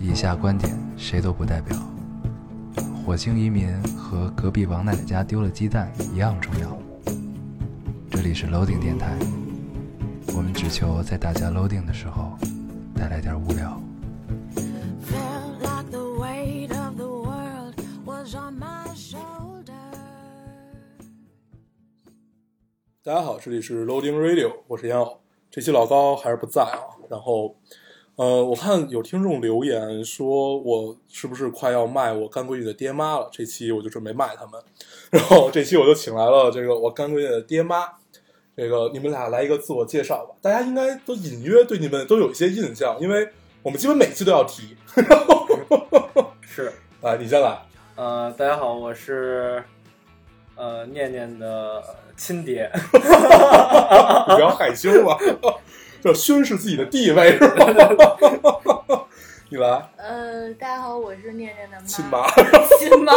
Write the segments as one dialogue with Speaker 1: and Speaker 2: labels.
Speaker 1: 以下观点谁都不代表。火星移民和隔壁王奶奶家丢了鸡蛋一样重要。这里是 Loading 电台，我们只求在大家 Loading 的时候带来点无聊。
Speaker 2: Felt like the weight of the world was on my shoulders.
Speaker 3: 大家好，这里是 Loading Radio，我是烟偶。这期老高还是不在啊。然后，呃，我看有听众留言说我是不是快要卖我干闺女的爹妈了？这期我就准备卖他们。 然后这期我就请来了这个我干闺女的爹妈。这个你们俩来一个自我介绍吧，大家应该都隐约对你们都有一些印象，因为我们基本每期都要提。
Speaker 4: 是，
Speaker 3: 来，你先来。
Speaker 4: 呃，大家好，我是呃念念的亲爹，
Speaker 3: 你不要害羞啊，就宣示自己的地位是吧？ 你来，
Speaker 5: 呃，大家好，我是念念的 妈，
Speaker 3: 亲妈，
Speaker 5: 亲妈，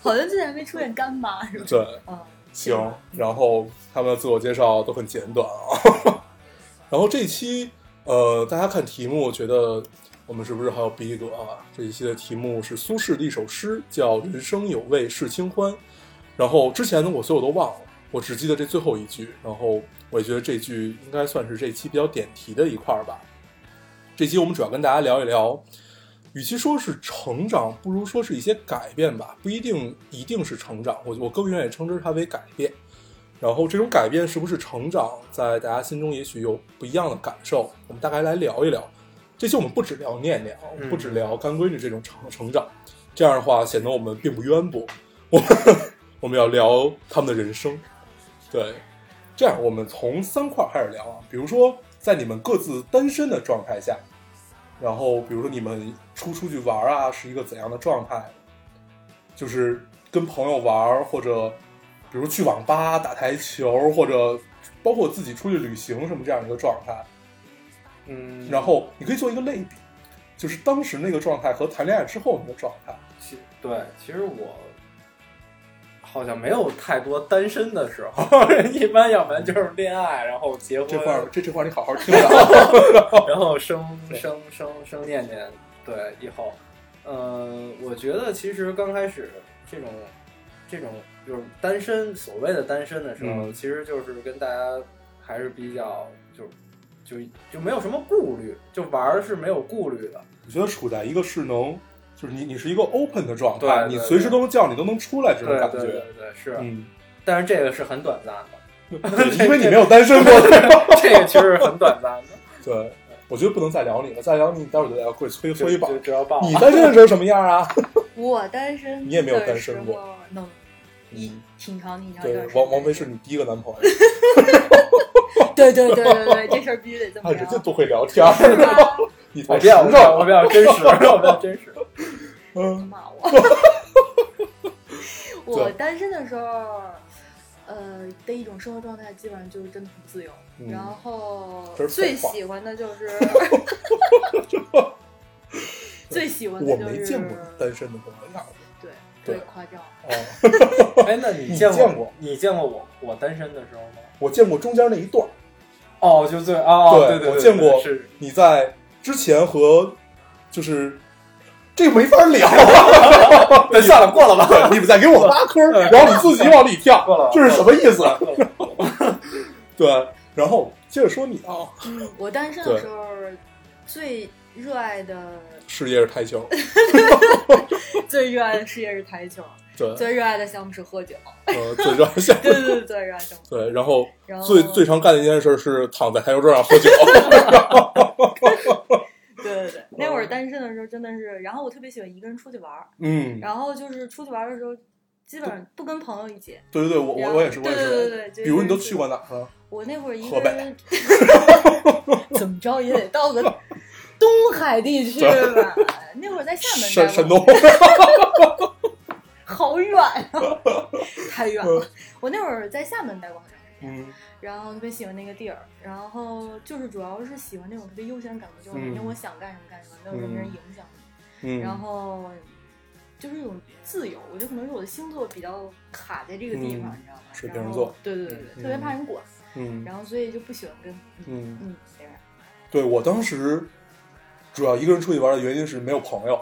Speaker 5: 好像之前没出现干妈是吧？
Speaker 3: 对，
Speaker 5: 嗯，
Speaker 3: 行。然后他们的自我介绍都很简短啊。 然后这期，呃，大家看题目，觉得我们是不是还有逼格啊？这一期的题目是苏轼的一首诗，叫“人生有味是清欢”。然后之前的我所有都忘了，我只记得这最后一句。然后我也觉得这句应该算是这期比较点题的一块儿吧。这期我们主要跟大家聊一聊，与其说是成长，不如说是一些改变吧，不一定一定是成长，我我更愿意称之它为改变。然后这种改变是不是成长，在大家心中也许有不一样的感受，我们大概来聊一聊。这期我们不只聊念念啊，我们不只聊干闺女这种成成长，这样的话显得我们并不渊博。我们我们要聊他们的人生，对，这样我们从三块开始聊啊，比如说在你们各自单身的状态下，然后比如说你们出出去玩啊，是一个怎样的状态？就是跟朋友玩，啊或者比如去网吧打台球，或者包括自己出去旅行什么这样一个状态。
Speaker 4: 嗯，
Speaker 3: 然后你可以做一个类比，就是当时那个状态和谈恋爱之后那个状态。
Speaker 4: 其对，其实我好像没有太多单身的时候， 一般要不然就是恋爱，然后结婚，
Speaker 3: 这块儿这这块儿你好好听啊着。
Speaker 4: 然后生
Speaker 3: 对
Speaker 4: 生生生念念，对，以后，呃，我觉得其实刚开始这种这种就是单身，所谓的单身的时候，
Speaker 3: 嗯
Speaker 4: 其实就是跟大家还是比较就就就没有什么顾虑，就玩儿是没有顾虑的，
Speaker 3: 我觉得处在一个势能，就是你你是一个 open 的状态，
Speaker 4: 对对
Speaker 3: 你随时都能叫你都能出来这种
Speaker 4: 对
Speaker 3: 感
Speaker 4: 对对
Speaker 3: 觉。
Speaker 4: 对是，
Speaker 3: 嗯，
Speaker 4: 但是这个是很短暂 的，
Speaker 3: 对因为你没有单身过。
Speaker 4: 这个其实很短暂的，
Speaker 3: 对，我觉得不能再聊你了，再聊你待会儿就得要跪催
Speaker 4: 就
Speaker 3: 催吧。
Speaker 4: 就只要爆
Speaker 3: 你单身的时候什么样 啊？
Speaker 5: 我单身，
Speaker 3: 你也没有单身过，
Speaker 5: 能一挺长挺长一
Speaker 3: 对
Speaker 5: 段时，间。
Speaker 3: 王王菲是你第一个男朋友，
Speaker 5: 对对对对对，这 事儿必须得这
Speaker 3: 啊，
Speaker 5: 么
Speaker 3: 人
Speaker 5: 聊。
Speaker 3: 家多会聊天儿， 你
Speaker 4: 我
Speaker 3: 太
Speaker 4: 比
Speaker 3: 实
Speaker 4: 较我比较
Speaker 3: 诚
Speaker 4: 哎我比较真实，我比较真实，
Speaker 5: 别
Speaker 3: 嗯，
Speaker 5: 骂我。我单身的时候，呃的一种生活状态，基本上就是真的很自由。
Speaker 3: 嗯
Speaker 5: 然后
Speaker 3: 这是
Speaker 5: 最
Speaker 3: 废话
Speaker 5: 喜欢的 就是，最喜欢的
Speaker 3: 我
Speaker 5: 就是
Speaker 3: 没见过你单身的朋友样子。
Speaker 5: 对，特
Speaker 3: 对
Speaker 5: 别夸张。
Speaker 3: 哦，
Speaker 4: 哎，那你
Speaker 3: 你
Speaker 4: 见
Speaker 3: 见过
Speaker 4: 过你见过我我单身的时候吗？
Speaker 3: 我见过中间那一段儿，
Speaker 4: 哦，就最哦，
Speaker 3: 对
Speaker 4: 对对，
Speaker 3: 我见过
Speaker 4: 是
Speaker 3: 你在之前和就是这没法聊啊，
Speaker 4: 对，算了，过了吧，
Speaker 3: 对
Speaker 4: 嗯
Speaker 3: 你们在给我拉坑儿，然后你自己往里跳
Speaker 4: 过了，嗯
Speaker 3: 这是什么意思？啊
Speaker 4: 过了过了
Speaker 3: 对，然后接着说你啊，
Speaker 5: 嗯，我单身
Speaker 3: 对
Speaker 5: 的时候最热爱的、
Speaker 3: 事业是台球，
Speaker 5: 最热爱的事业是台球，
Speaker 3: 对，
Speaker 5: 最热爱的项目 是喝酒。
Speaker 3: 呃，最热爱
Speaker 5: 对对对，最热爱项目。
Speaker 3: 对，然后
Speaker 5: 然后
Speaker 3: 最最常干的一件事是躺在台球桌上喝 酒。
Speaker 5: 对对对，那
Speaker 3: 哦
Speaker 5: 会儿单身的时候真的是，然后我特别喜欢一个人出去玩儿，
Speaker 3: 嗯，
Speaker 5: 然后就是出去玩儿的时候，基本上不跟朋友一起。
Speaker 3: 对对对，我
Speaker 5: 然
Speaker 3: 我
Speaker 5: 后
Speaker 3: 我也是，我也
Speaker 5: 对对
Speaker 3: 是。
Speaker 5: 对对，
Speaker 3: 比如你都去过哪儿啊？
Speaker 5: 我那会儿一
Speaker 3: 河
Speaker 5: 个
Speaker 3: 北
Speaker 5: 人，怎么着也得到个东海地区吧？那会儿在厦
Speaker 3: 嗯
Speaker 5: 门
Speaker 3: 山
Speaker 5: 待过
Speaker 3: 山东。
Speaker 5: 好远啊，太 远了。我那会儿在厦门待过很长时间，
Speaker 3: 嗯
Speaker 5: 然后特别喜欢那个地儿，然后就是主要是喜欢那种特别悠闲的感觉，就
Speaker 3: 嗯
Speaker 5: 是反正我想干什么干什么，没有什么人影响你，
Speaker 3: 嗯，
Speaker 5: 然后就是一种自由。我觉得可能是我的星座比较卡在这个地方，
Speaker 3: 嗯
Speaker 5: 你知道吗？
Speaker 3: 水
Speaker 5: 然
Speaker 3: 瓶
Speaker 5: 后
Speaker 3: 座，
Speaker 5: 对对对对，
Speaker 3: 嗯
Speaker 5: 特别怕人管，
Speaker 3: 嗯
Speaker 5: 然后所以就不喜欢跟嗯
Speaker 3: 嗯，
Speaker 5: 嗯别人。
Speaker 3: 对我当时主要一个人出去玩的原因是没有朋友，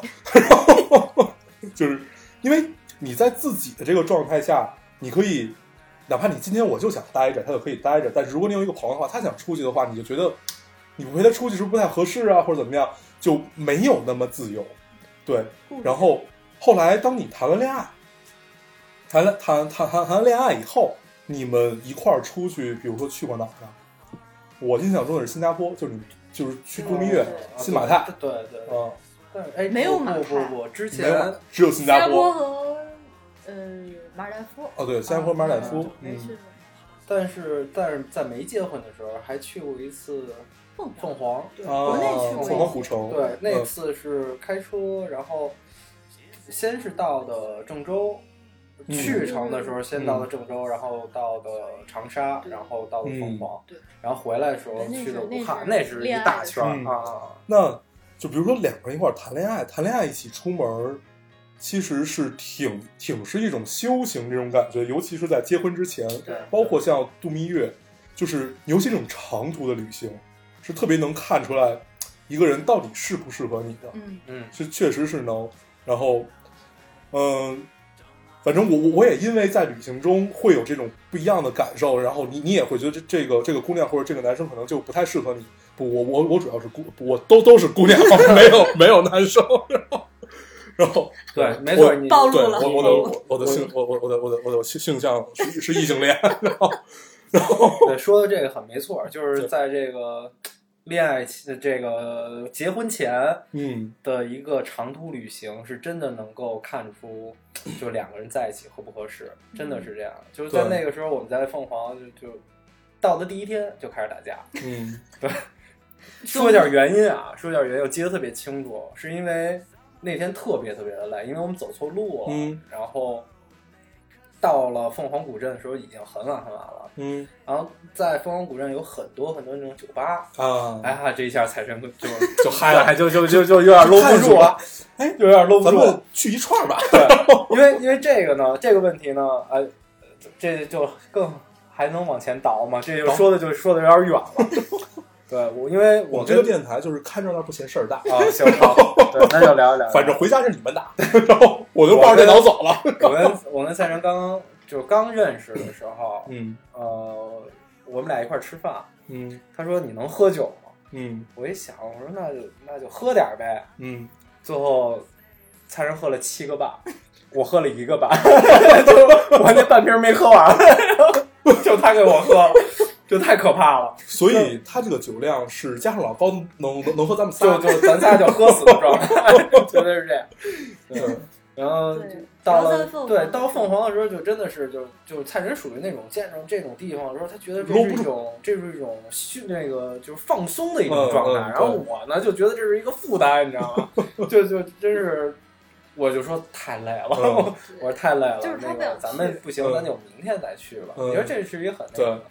Speaker 3: 就是因为你在自己的这个状态下，你可以，哪怕你今天我就想待着，他就可以待着。但是如果你有一个朋友的话，他想出去的话，你就觉得你不陪他出去是不是不太合适啊，或者怎么样，就没有那么自由。对，然后后来当你谈了恋爱，谈了谈谈谈谈恋爱以后，你们一块儿出去，比如说去过哪儿呢？我印象中的是新加坡，就是你就是去度蜜月
Speaker 5: 哦、
Speaker 3: 新马泰，
Speaker 4: 对对对，
Speaker 3: 啊，
Speaker 4: 但是哎，
Speaker 5: 没有
Speaker 4: 不
Speaker 5: 马
Speaker 4: 不不
Speaker 5: 泰
Speaker 4: 不，之
Speaker 3: 没有
Speaker 4: 前，
Speaker 3: 只有新
Speaker 5: 新
Speaker 3: 加
Speaker 5: 加
Speaker 3: 坡。
Speaker 5: 和呃马尔代夫。
Speaker 3: 哦，对，新加坡马尔代夫
Speaker 5: 啊，没
Speaker 3: 嗯，
Speaker 5: 去过
Speaker 4: 但是但是在没结婚的时候还去过一次
Speaker 5: 凤凰
Speaker 4: 凤凰，
Speaker 5: 对
Speaker 3: 啊
Speaker 5: 国内去过一次，
Speaker 3: 凤凰古城，
Speaker 4: 对，那
Speaker 3: 嗯
Speaker 4: 次是开车，然后先是到的郑州，
Speaker 3: 嗯
Speaker 4: 去程的时候先到的郑
Speaker 5: 嗯
Speaker 4: 州，然后到的长沙，然后到的凤凰
Speaker 5: 嗯对，
Speaker 4: 然后回来的时候
Speaker 5: 对那是
Speaker 4: 去的武汉，
Speaker 5: 那
Speaker 4: 那
Speaker 5: 是
Speaker 4: 是一大圈儿
Speaker 3: 恋爱的
Speaker 4: 啊啊！啊
Speaker 3: 那就比如说两个人一块儿谈恋爱，谈恋爱一起出门儿，其实是挺挺是一种修行这种感觉，尤其是在结婚之前，
Speaker 4: 对，
Speaker 3: 包括像度蜜月，就是尤其这种长途的旅行，是特别能看出来一个人到底适不适合你的，
Speaker 5: 嗯，
Speaker 4: 嗯，
Speaker 3: 是确实是能。然后，嗯，反正我我我也因为在旅行中会有这种不一样的感受，然后你你也会觉得这这个这个姑娘或者这个男生可能就不太适合你。不，我我我主要是姑，我都都是姑娘， 没有没有男生。然后，然后
Speaker 4: 对，没错，
Speaker 3: 我
Speaker 4: 你
Speaker 5: 暴露
Speaker 3: 对
Speaker 5: 了
Speaker 3: 我我的我我的性我我我的我的我的性性向是是异性恋， 然后
Speaker 4: 对，说的这个很没错，就是
Speaker 3: 对
Speaker 4: 在这个恋爱期这个结婚前
Speaker 3: 嗯，
Speaker 4: 的一个长途旅行，是真的能够看出，就两个人在一起合不合适，真的是这样。就是在
Speaker 3: 对
Speaker 4: 那个时候，我们在凤凰就就到的第一天就开始打架，
Speaker 3: 嗯
Speaker 4: 说点原因啊，说点原因，我记得特别清楚，是因为那天特别特别的累，因为我们走错路了，
Speaker 3: 嗯
Speaker 4: 然后到了凤凰古镇的时候已经很晚很晚了。
Speaker 3: 嗯
Speaker 4: 然后在凤凰古镇有很多很多那种酒吧，
Speaker 3: 啊，
Speaker 4: 哎呀，这一下财神就就
Speaker 3: 就嗨了，
Speaker 4: 就就就就有点搂不住了，
Speaker 3: 哎
Speaker 4: 就有点搂不
Speaker 3: 咱
Speaker 4: 住
Speaker 3: 们。去一串儿吧。
Speaker 4: 对，因为因为这个呢，这个问题呢，哎，这就更还能往前倒嘛，这就说的就说的有点远了。对我，因为
Speaker 3: 我们
Speaker 4: 我
Speaker 3: 这
Speaker 4: 跟
Speaker 3: 个电台就是看热闹不嫌事儿大，
Speaker 4: 啊，行好，对，那就聊一聊。
Speaker 3: 反正回家是你们 打，然后我就抱着电脑走了。
Speaker 4: 我跟我跟赛晨刚刚就刚认识的时候，
Speaker 3: 嗯
Speaker 4: 呃，我们俩一块儿吃饭，
Speaker 3: 嗯
Speaker 4: 他说你能喝酒吗？
Speaker 3: 嗯
Speaker 4: 我一想，我说那就那就喝点儿呗。
Speaker 3: 嗯，
Speaker 4: 最后，蔡仁喝了七个半， 我喝了一个 半，就我那半瓶没喝完， 就他给我喝了，就太可怕了，
Speaker 3: 所以他这个酒量是加上老高能能能和咱们仨
Speaker 4: 就就咱仨就喝死的状 态，绝对是这样。对，嗯然后
Speaker 3: 嗯
Speaker 5: 对
Speaker 4: 到
Speaker 5: 然后
Speaker 4: 了
Speaker 5: 在凤
Speaker 4: 对
Speaker 5: 凰
Speaker 4: 到凤凰的时候，就真的是就就蔡仁属于那种见着这种地方的时候，他觉得这
Speaker 3: 搂
Speaker 4: 是
Speaker 3: 不
Speaker 4: 一
Speaker 3: 住
Speaker 4: 种这是一种训那个就是放松的一
Speaker 3: 嗯
Speaker 4: 种状态，
Speaker 3: 嗯
Speaker 4: 然后
Speaker 3: 对
Speaker 4: 我呢就觉得这是一个负担，你知道吗？就就真是。我就说太累了，
Speaker 3: 嗯
Speaker 4: 我说太累了，
Speaker 5: 就是他
Speaker 4: 那
Speaker 5: 不想
Speaker 4: 个咱们
Speaker 5: 去
Speaker 4: 不行，
Speaker 3: 嗯
Speaker 4: 咱就明天再去吧。
Speaker 3: 嗯
Speaker 4: 我觉得这是一个很那
Speaker 3: 对
Speaker 4: 个，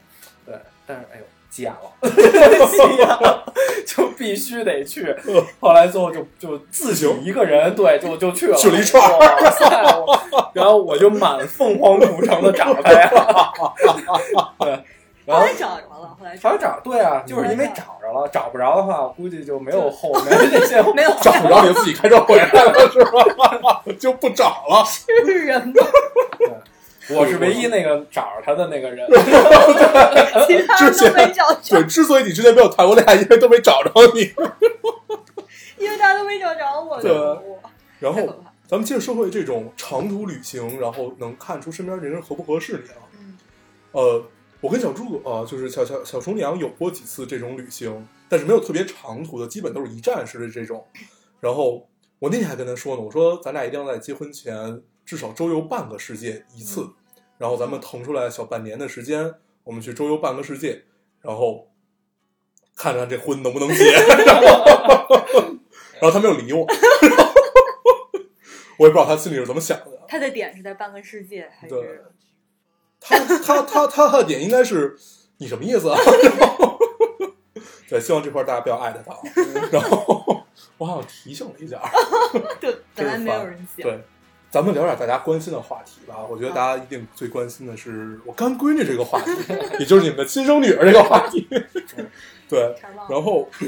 Speaker 4: 对，但是哎呦急眼了， 急眼了，就必须得去。后来最后就就自己一个人，对，就就去了，
Speaker 3: 去了一串儿
Speaker 4: 哇塞我然后我就满凤凰古城的找他呀， 对，然后
Speaker 5: 后来找着了，后
Speaker 4: 好
Speaker 5: 来找
Speaker 4: 像
Speaker 5: 着
Speaker 4: 找对啊，就是因为找着了，找不着的话，估计就没有后面这些
Speaker 5: 没有
Speaker 3: 找不着也自己开车回来了是吧？ 就不找了。
Speaker 5: 是人吧？
Speaker 4: 我是唯一那个找着他的那个人，
Speaker 3: 啊
Speaker 5: 其他人都没找着
Speaker 3: 对，，之所以你之前没有谈过恋爱，因为都没找着你。
Speaker 5: 因为大家都没找着我。
Speaker 3: 对
Speaker 5: 我
Speaker 3: 然
Speaker 5: 太可
Speaker 3: 后
Speaker 5: 怕了。
Speaker 3: 咱们接着说回这种长途旅行，然后能看出身边这人合不合适你啊。
Speaker 5: 嗯
Speaker 3: 呃，我跟小猪啊、呃就是小小小厨娘有过几次这种旅行，但是没有特别长途的，基本都是一站式的这种。然后我那天还跟他说呢，我说咱俩一定要在结婚前至少周游半个世界一次，
Speaker 5: 嗯
Speaker 3: 然后咱们腾出来小半年的时间，我们去周游半个世界，然后看看这婚能不能结。 然后 然后他没有理我，我也不知道他心里是怎么想的。
Speaker 5: 他的点是在半个世界，还
Speaker 3: 对
Speaker 5: 是
Speaker 3: 他他他他他的点应该是你什么意思啊？ 对，希望这块儿大家不要艾特他啊。然后我好像提醒了一下，
Speaker 5: 对 本来没有人讲，
Speaker 3: 对，咱们聊点大家关心的话题吧。我觉得大家一定最关心的是我干闺女这个话
Speaker 5: 嗯
Speaker 3: 题，也就是你们的亲生女儿这个话题。对，
Speaker 5: 全忘了。
Speaker 3: 然后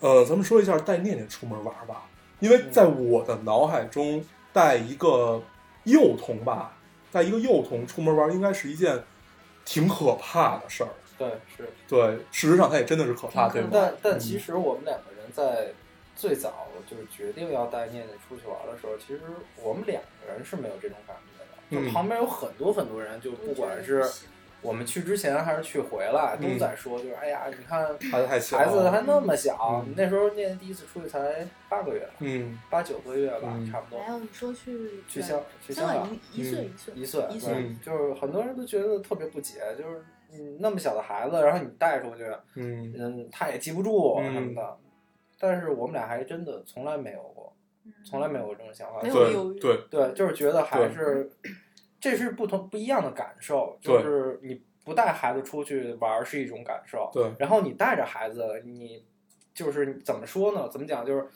Speaker 3: 呃，咱们说一下带念念出门玩吧，因为在
Speaker 5: 嗯
Speaker 3: 我的脑海中，带一个幼童吧，带一个幼童出门玩，应该是一件挺可怕的事儿。
Speaker 4: 对是，
Speaker 3: 对，事实上它也真的是可嗯怕，
Speaker 5: 挺
Speaker 3: 对
Speaker 5: 可
Speaker 3: 吗？
Speaker 4: 但但其实我们两个人在最早就是决定要带念念出去玩的时候，其实我们两个人是没有这种感觉的，
Speaker 3: 嗯
Speaker 4: 就旁边有很多很多人，就不管是我们去之前还是去回来，都
Speaker 3: 嗯
Speaker 4: 在说，就是哎呀，你看
Speaker 3: 孩子太小
Speaker 4: 孩子还那么小，
Speaker 3: 嗯
Speaker 4: 那时候念念第一次出去才八个月，
Speaker 3: 嗯，
Speaker 4: 八九个月吧，
Speaker 3: 嗯
Speaker 4: 差不多
Speaker 5: 还。有你说去
Speaker 4: 去香去
Speaker 5: 香
Speaker 4: 哎香港
Speaker 5: 港一一岁
Speaker 4: 一
Speaker 5: 一岁
Speaker 4: 岁，
Speaker 5: 一
Speaker 4: 对
Speaker 5: 岁，
Speaker 3: 嗯
Speaker 4: 就是很多人都觉得特别不解，就是你那么小的孩子，然后你带出去，
Speaker 3: 嗯，
Speaker 4: 嗯，他也记不住
Speaker 3: 嗯
Speaker 4: 什么的。但是我们俩还真的从来没有过，从来没有过这种想法。
Speaker 5: 没有犹
Speaker 3: 对
Speaker 5: 豫
Speaker 3: 对，
Speaker 4: 对，就是觉得还是这是不同不一样的感受，就是你不带孩子出去玩儿是一种感受，
Speaker 3: 对，
Speaker 4: 然后你带着孩子，你就是怎么说呢？怎么讲？就是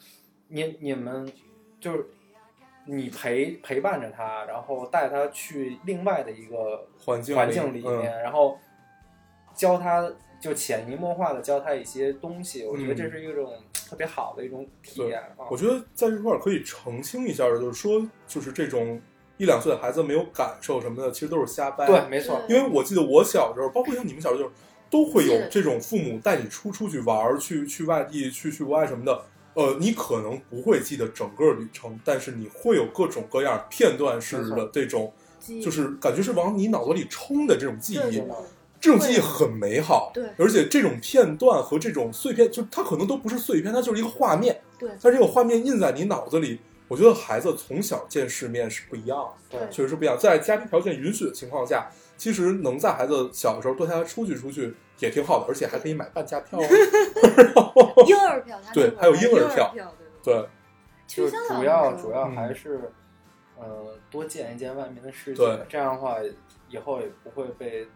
Speaker 4: 你你们就是你陪陪伴着他，然后带他去另外的一个
Speaker 3: 环境
Speaker 4: 环境里
Speaker 3: 嗯
Speaker 4: 面，然后教他就潜移默化的教他一些东西，我觉得
Speaker 3: 嗯
Speaker 4: 这是一种特别好的一种体
Speaker 3: 对
Speaker 4: 验啊。
Speaker 3: 我觉得在这块儿可以澄清一下的，就是说，就是这种一两岁的孩子没有感受什么的，其实都是瞎掰。
Speaker 4: 对，，没错，
Speaker 5: 对
Speaker 3: 因为我记得我小时候，包括像你们小时候，就是都会有这种父母带你出出去玩儿，去去外地，去去国外什么的。呃，你可能不会记得整个旅程，但是你会有各种各样片段式
Speaker 4: 没
Speaker 3: 的
Speaker 4: 错
Speaker 3: 这种，
Speaker 5: 记忆
Speaker 3: 就是感觉是往你脑子里冲的这种记
Speaker 5: 对
Speaker 3: 忆
Speaker 5: 对。对
Speaker 3: 这种记忆很美好，
Speaker 5: 对
Speaker 3: 而且这种片段和这种碎片，就它可能都不是碎片，它就是一个画面，
Speaker 5: 对
Speaker 3: 但是这个画面印在你脑子里，我觉得孩子从小见世面是不一样的，
Speaker 4: 对
Speaker 3: 确实是不一样。在家庭条件允许的情况下，其实能在孩子小的时候多带他出去出去也挺好的，而且还可以买半价 票。啊
Speaker 5: 婴儿票，他那
Speaker 3: 对
Speaker 5: 会儿
Speaker 3: 还有婴儿
Speaker 5: 儿
Speaker 3: 票
Speaker 5: 票，对
Speaker 3: 对，
Speaker 5: 去
Speaker 4: 就是
Speaker 5: 香港
Speaker 4: 主
Speaker 5: 的
Speaker 4: 要
Speaker 5: 时候
Speaker 4: 主要
Speaker 3: 嗯
Speaker 4: 还是，呃，多见一见外面的世界
Speaker 3: 对，
Speaker 4: 这样的话以后也不会被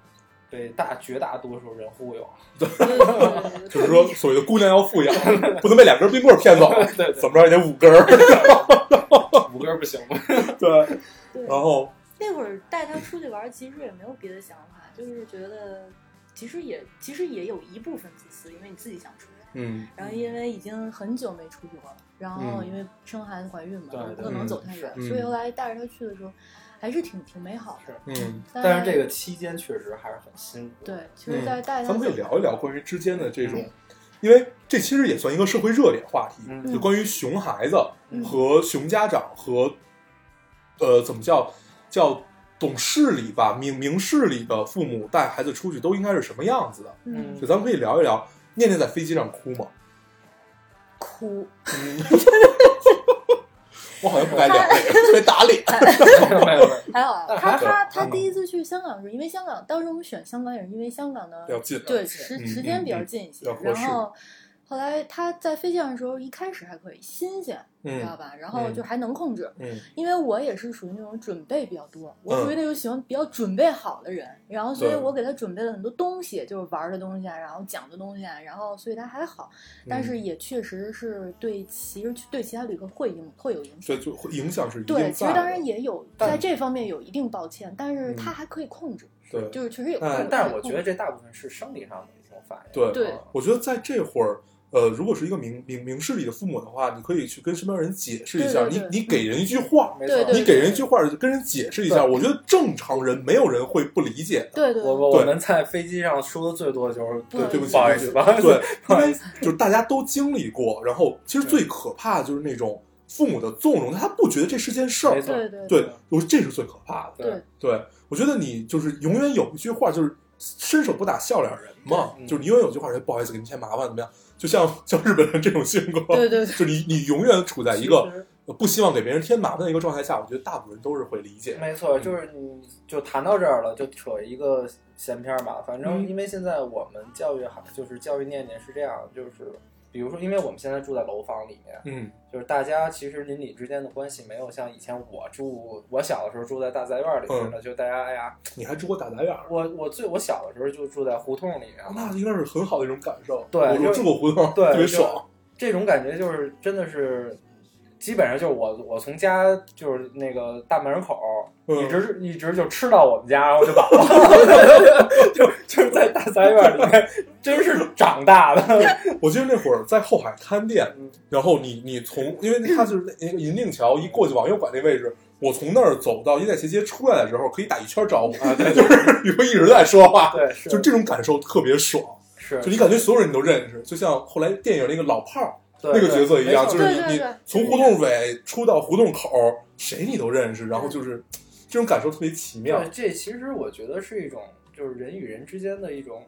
Speaker 4: 被大绝大多数人忽悠。
Speaker 5: 对 对对对对
Speaker 3: 就是说所谓的姑娘要富养， 不能被两根冰棍儿骗走，
Speaker 4: 对对，
Speaker 3: 怎么着也得五根儿。
Speaker 4: 五根儿不行吗？
Speaker 3: 对，
Speaker 5: 对
Speaker 3: 然后
Speaker 5: 那会儿带他出去玩儿，其实也没有别的想法，就是觉得其实也其实也有一部分自私，因为你自己想出去，
Speaker 3: 嗯，
Speaker 5: 然后因为已经很久没出去过了，然后
Speaker 3: 嗯
Speaker 5: 因为生孩子怀孕嘛，
Speaker 4: 对对
Speaker 5: 不可能走太远，
Speaker 3: 嗯
Speaker 5: 所以后来带着他去的时候，还是挺挺美好的。
Speaker 3: 嗯，
Speaker 4: 但是这个期间确实还是很辛苦。
Speaker 5: 对，其实带带他
Speaker 3: 咱们可以
Speaker 5: 走
Speaker 3: 聊一聊关于之间的这种
Speaker 4: 嗯，
Speaker 3: 因为这其实也算一个社会热点话题，
Speaker 4: 嗯
Speaker 3: 就关于熊孩子
Speaker 5: 嗯
Speaker 3: 和熊家长和，呃，怎么叫叫懂事理吧，明明事理的父母带孩子出去都应该是什么样子的？
Speaker 5: 嗯
Speaker 3: 就咱们可以聊一聊。念念在飞机上哭吗？
Speaker 5: 哭，
Speaker 3: 我好像 不该聊这个，特别打脸。
Speaker 4: 没有没有没有
Speaker 5: 还有啊，他他他
Speaker 4: 嗯
Speaker 5: 第一次去香港是因为香港，当时我们选香港也是因为香港的
Speaker 3: 要记得，
Speaker 5: 对
Speaker 4: 是
Speaker 5: 时
Speaker 3: 嗯
Speaker 5: 时
Speaker 3: 嗯
Speaker 5: 间比较
Speaker 3: 嗯
Speaker 5: 近一些
Speaker 3: 要，合
Speaker 5: 然
Speaker 3: 适
Speaker 5: 后后来他在飞机上的时候，一开始还可以新鲜，知道
Speaker 3: 嗯
Speaker 5: 吧？然后
Speaker 3: 嗯
Speaker 5: 就还能控制，
Speaker 3: 嗯
Speaker 5: 因为我也是属于那种准备比较多，我属于
Speaker 3: 嗯
Speaker 5: 那种喜欢比较准备好的人，然后所以
Speaker 3: 对
Speaker 5: 我给他准备了很多东西，就是玩儿的东西啊，然后讲的东西啊，然后所以他还好，
Speaker 3: 嗯
Speaker 5: 但是也确实是对其实对其他旅客会影会有影
Speaker 3: 所
Speaker 5: 响
Speaker 3: 以。就会影响是一定在
Speaker 5: 对，
Speaker 3: 的。
Speaker 5: 其实当然也有
Speaker 4: 但
Speaker 5: 在这方面有一定抱歉，但是他
Speaker 3: 嗯
Speaker 5: 还可以控制，
Speaker 3: 对
Speaker 5: 就是确实有
Speaker 3: 但
Speaker 5: 控
Speaker 4: 嗯
Speaker 5: 制。
Speaker 4: 呃但是
Speaker 5: 可以
Speaker 4: 我觉
Speaker 5: 控
Speaker 4: 得
Speaker 5: 制
Speaker 4: 这大部分是生理上的一种反应。嗯
Speaker 3: 对
Speaker 5: 对
Speaker 3: 我觉得在这会儿，呃，如果是一个明明明事理的父母的话，你可以去跟身边人解释一下，
Speaker 5: 对对对
Speaker 3: 你你给人一句话，
Speaker 4: 没
Speaker 5: 对
Speaker 4: 错。
Speaker 5: 对
Speaker 3: 你给人一句话，跟人解释一下，
Speaker 4: 对
Speaker 3: 我觉得正常人没有人会不理解的。
Speaker 5: 对对
Speaker 4: 我
Speaker 5: 对
Speaker 4: 我我
Speaker 3: 对
Speaker 4: 们在飞机上说的最多就是
Speaker 5: 对对不起
Speaker 4: 不好意思，不好意思，
Speaker 3: 对，
Speaker 4: 不
Speaker 3: 因
Speaker 4: 好意
Speaker 3: 为
Speaker 4: 思
Speaker 3: 就是大家都经历过，然后其实最可怕的就是那种父母的纵容，他不觉得这是件事儿
Speaker 4: 没，错
Speaker 5: 对对
Speaker 3: 对，我觉得这是最可怕的。
Speaker 5: 对
Speaker 3: 对，我觉得你就是永远有一句话，就是伸手不打笑脸人嘛，
Speaker 4: 对嗯
Speaker 3: 就是你永远有句话，说不好意思给您添麻烦，怎么样？就像像日本人这种性格，
Speaker 5: 对对对
Speaker 3: 就你你永远处在一
Speaker 4: 其
Speaker 3: 个
Speaker 4: 实
Speaker 3: 呃不希望给别人添麻烦的一个状态下，我觉得大部分人都是会理解。嗯
Speaker 4: 没错，就是你就谈到这儿了，就扯一个闲篇儿吧。反正
Speaker 3: 嗯
Speaker 4: 因为现在我们教育哈，就是教育念念是这样，就是比如说，因为我们现在住在楼房里面，
Speaker 3: 嗯
Speaker 4: 就是大家其实邻里之间的关系没有像以前我住我小的时候住在大杂院里似
Speaker 3: 嗯
Speaker 4: 的，就大家哎呀，
Speaker 3: 你还住过大杂院儿，
Speaker 4: 我我最我小的时候就住在胡同里啊，
Speaker 3: 那应该是很好的一种感受。
Speaker 4: 对
Speaker 3: 我我
Speaker 4: 就
Speaker 3: 住过胡同，
Speaker 4: 对
Speaker 3: 特别
Speaker 4: 就
Speaker 3: 爽。
Speaker 4: 这种感觉就是真的是基本上就是我我从家就是那个大门口，
Speaker 3: 嗯
Speaker 4: 一直一直就吃到我们家，然后就完了， 就就是在大杂院里面，真是长大的。
Speaker 3: 我记得那会儿在后海滩店
Speaker 4: 嗯，
Speaker 3: 然后你你从，因为它就是那个银锭桥一过去往右拐那位置，我从那儿走到一代斜街出来的时候，可以打一圈招呼，
Speaker 4: 啊对
Speaker 3: 就是你会一直在说话，
Speaker 4: 对，是
Speaker 3: 就这种感受特别爽，
Speaker 4: 是
Speaker 3: 就你感觉所有人你都认识，就像后来电影那个老炮儿
Speaker 4: 对
Speaker 3: 那个角色一样，
Speaker 4: 没错
Speaker 3: 就是
Speaker 5: 对
Speaker 3: 你
Speaker 5: 对
Speaker 3: 你
Speaker 5: 对
Speaker 3: 从胡同尾出到胡同口，谁你都认识，然后就是这种感受特别奇妙
Speaker 4: 对，，这其实我觉得是一种，就是人与人之间的一种，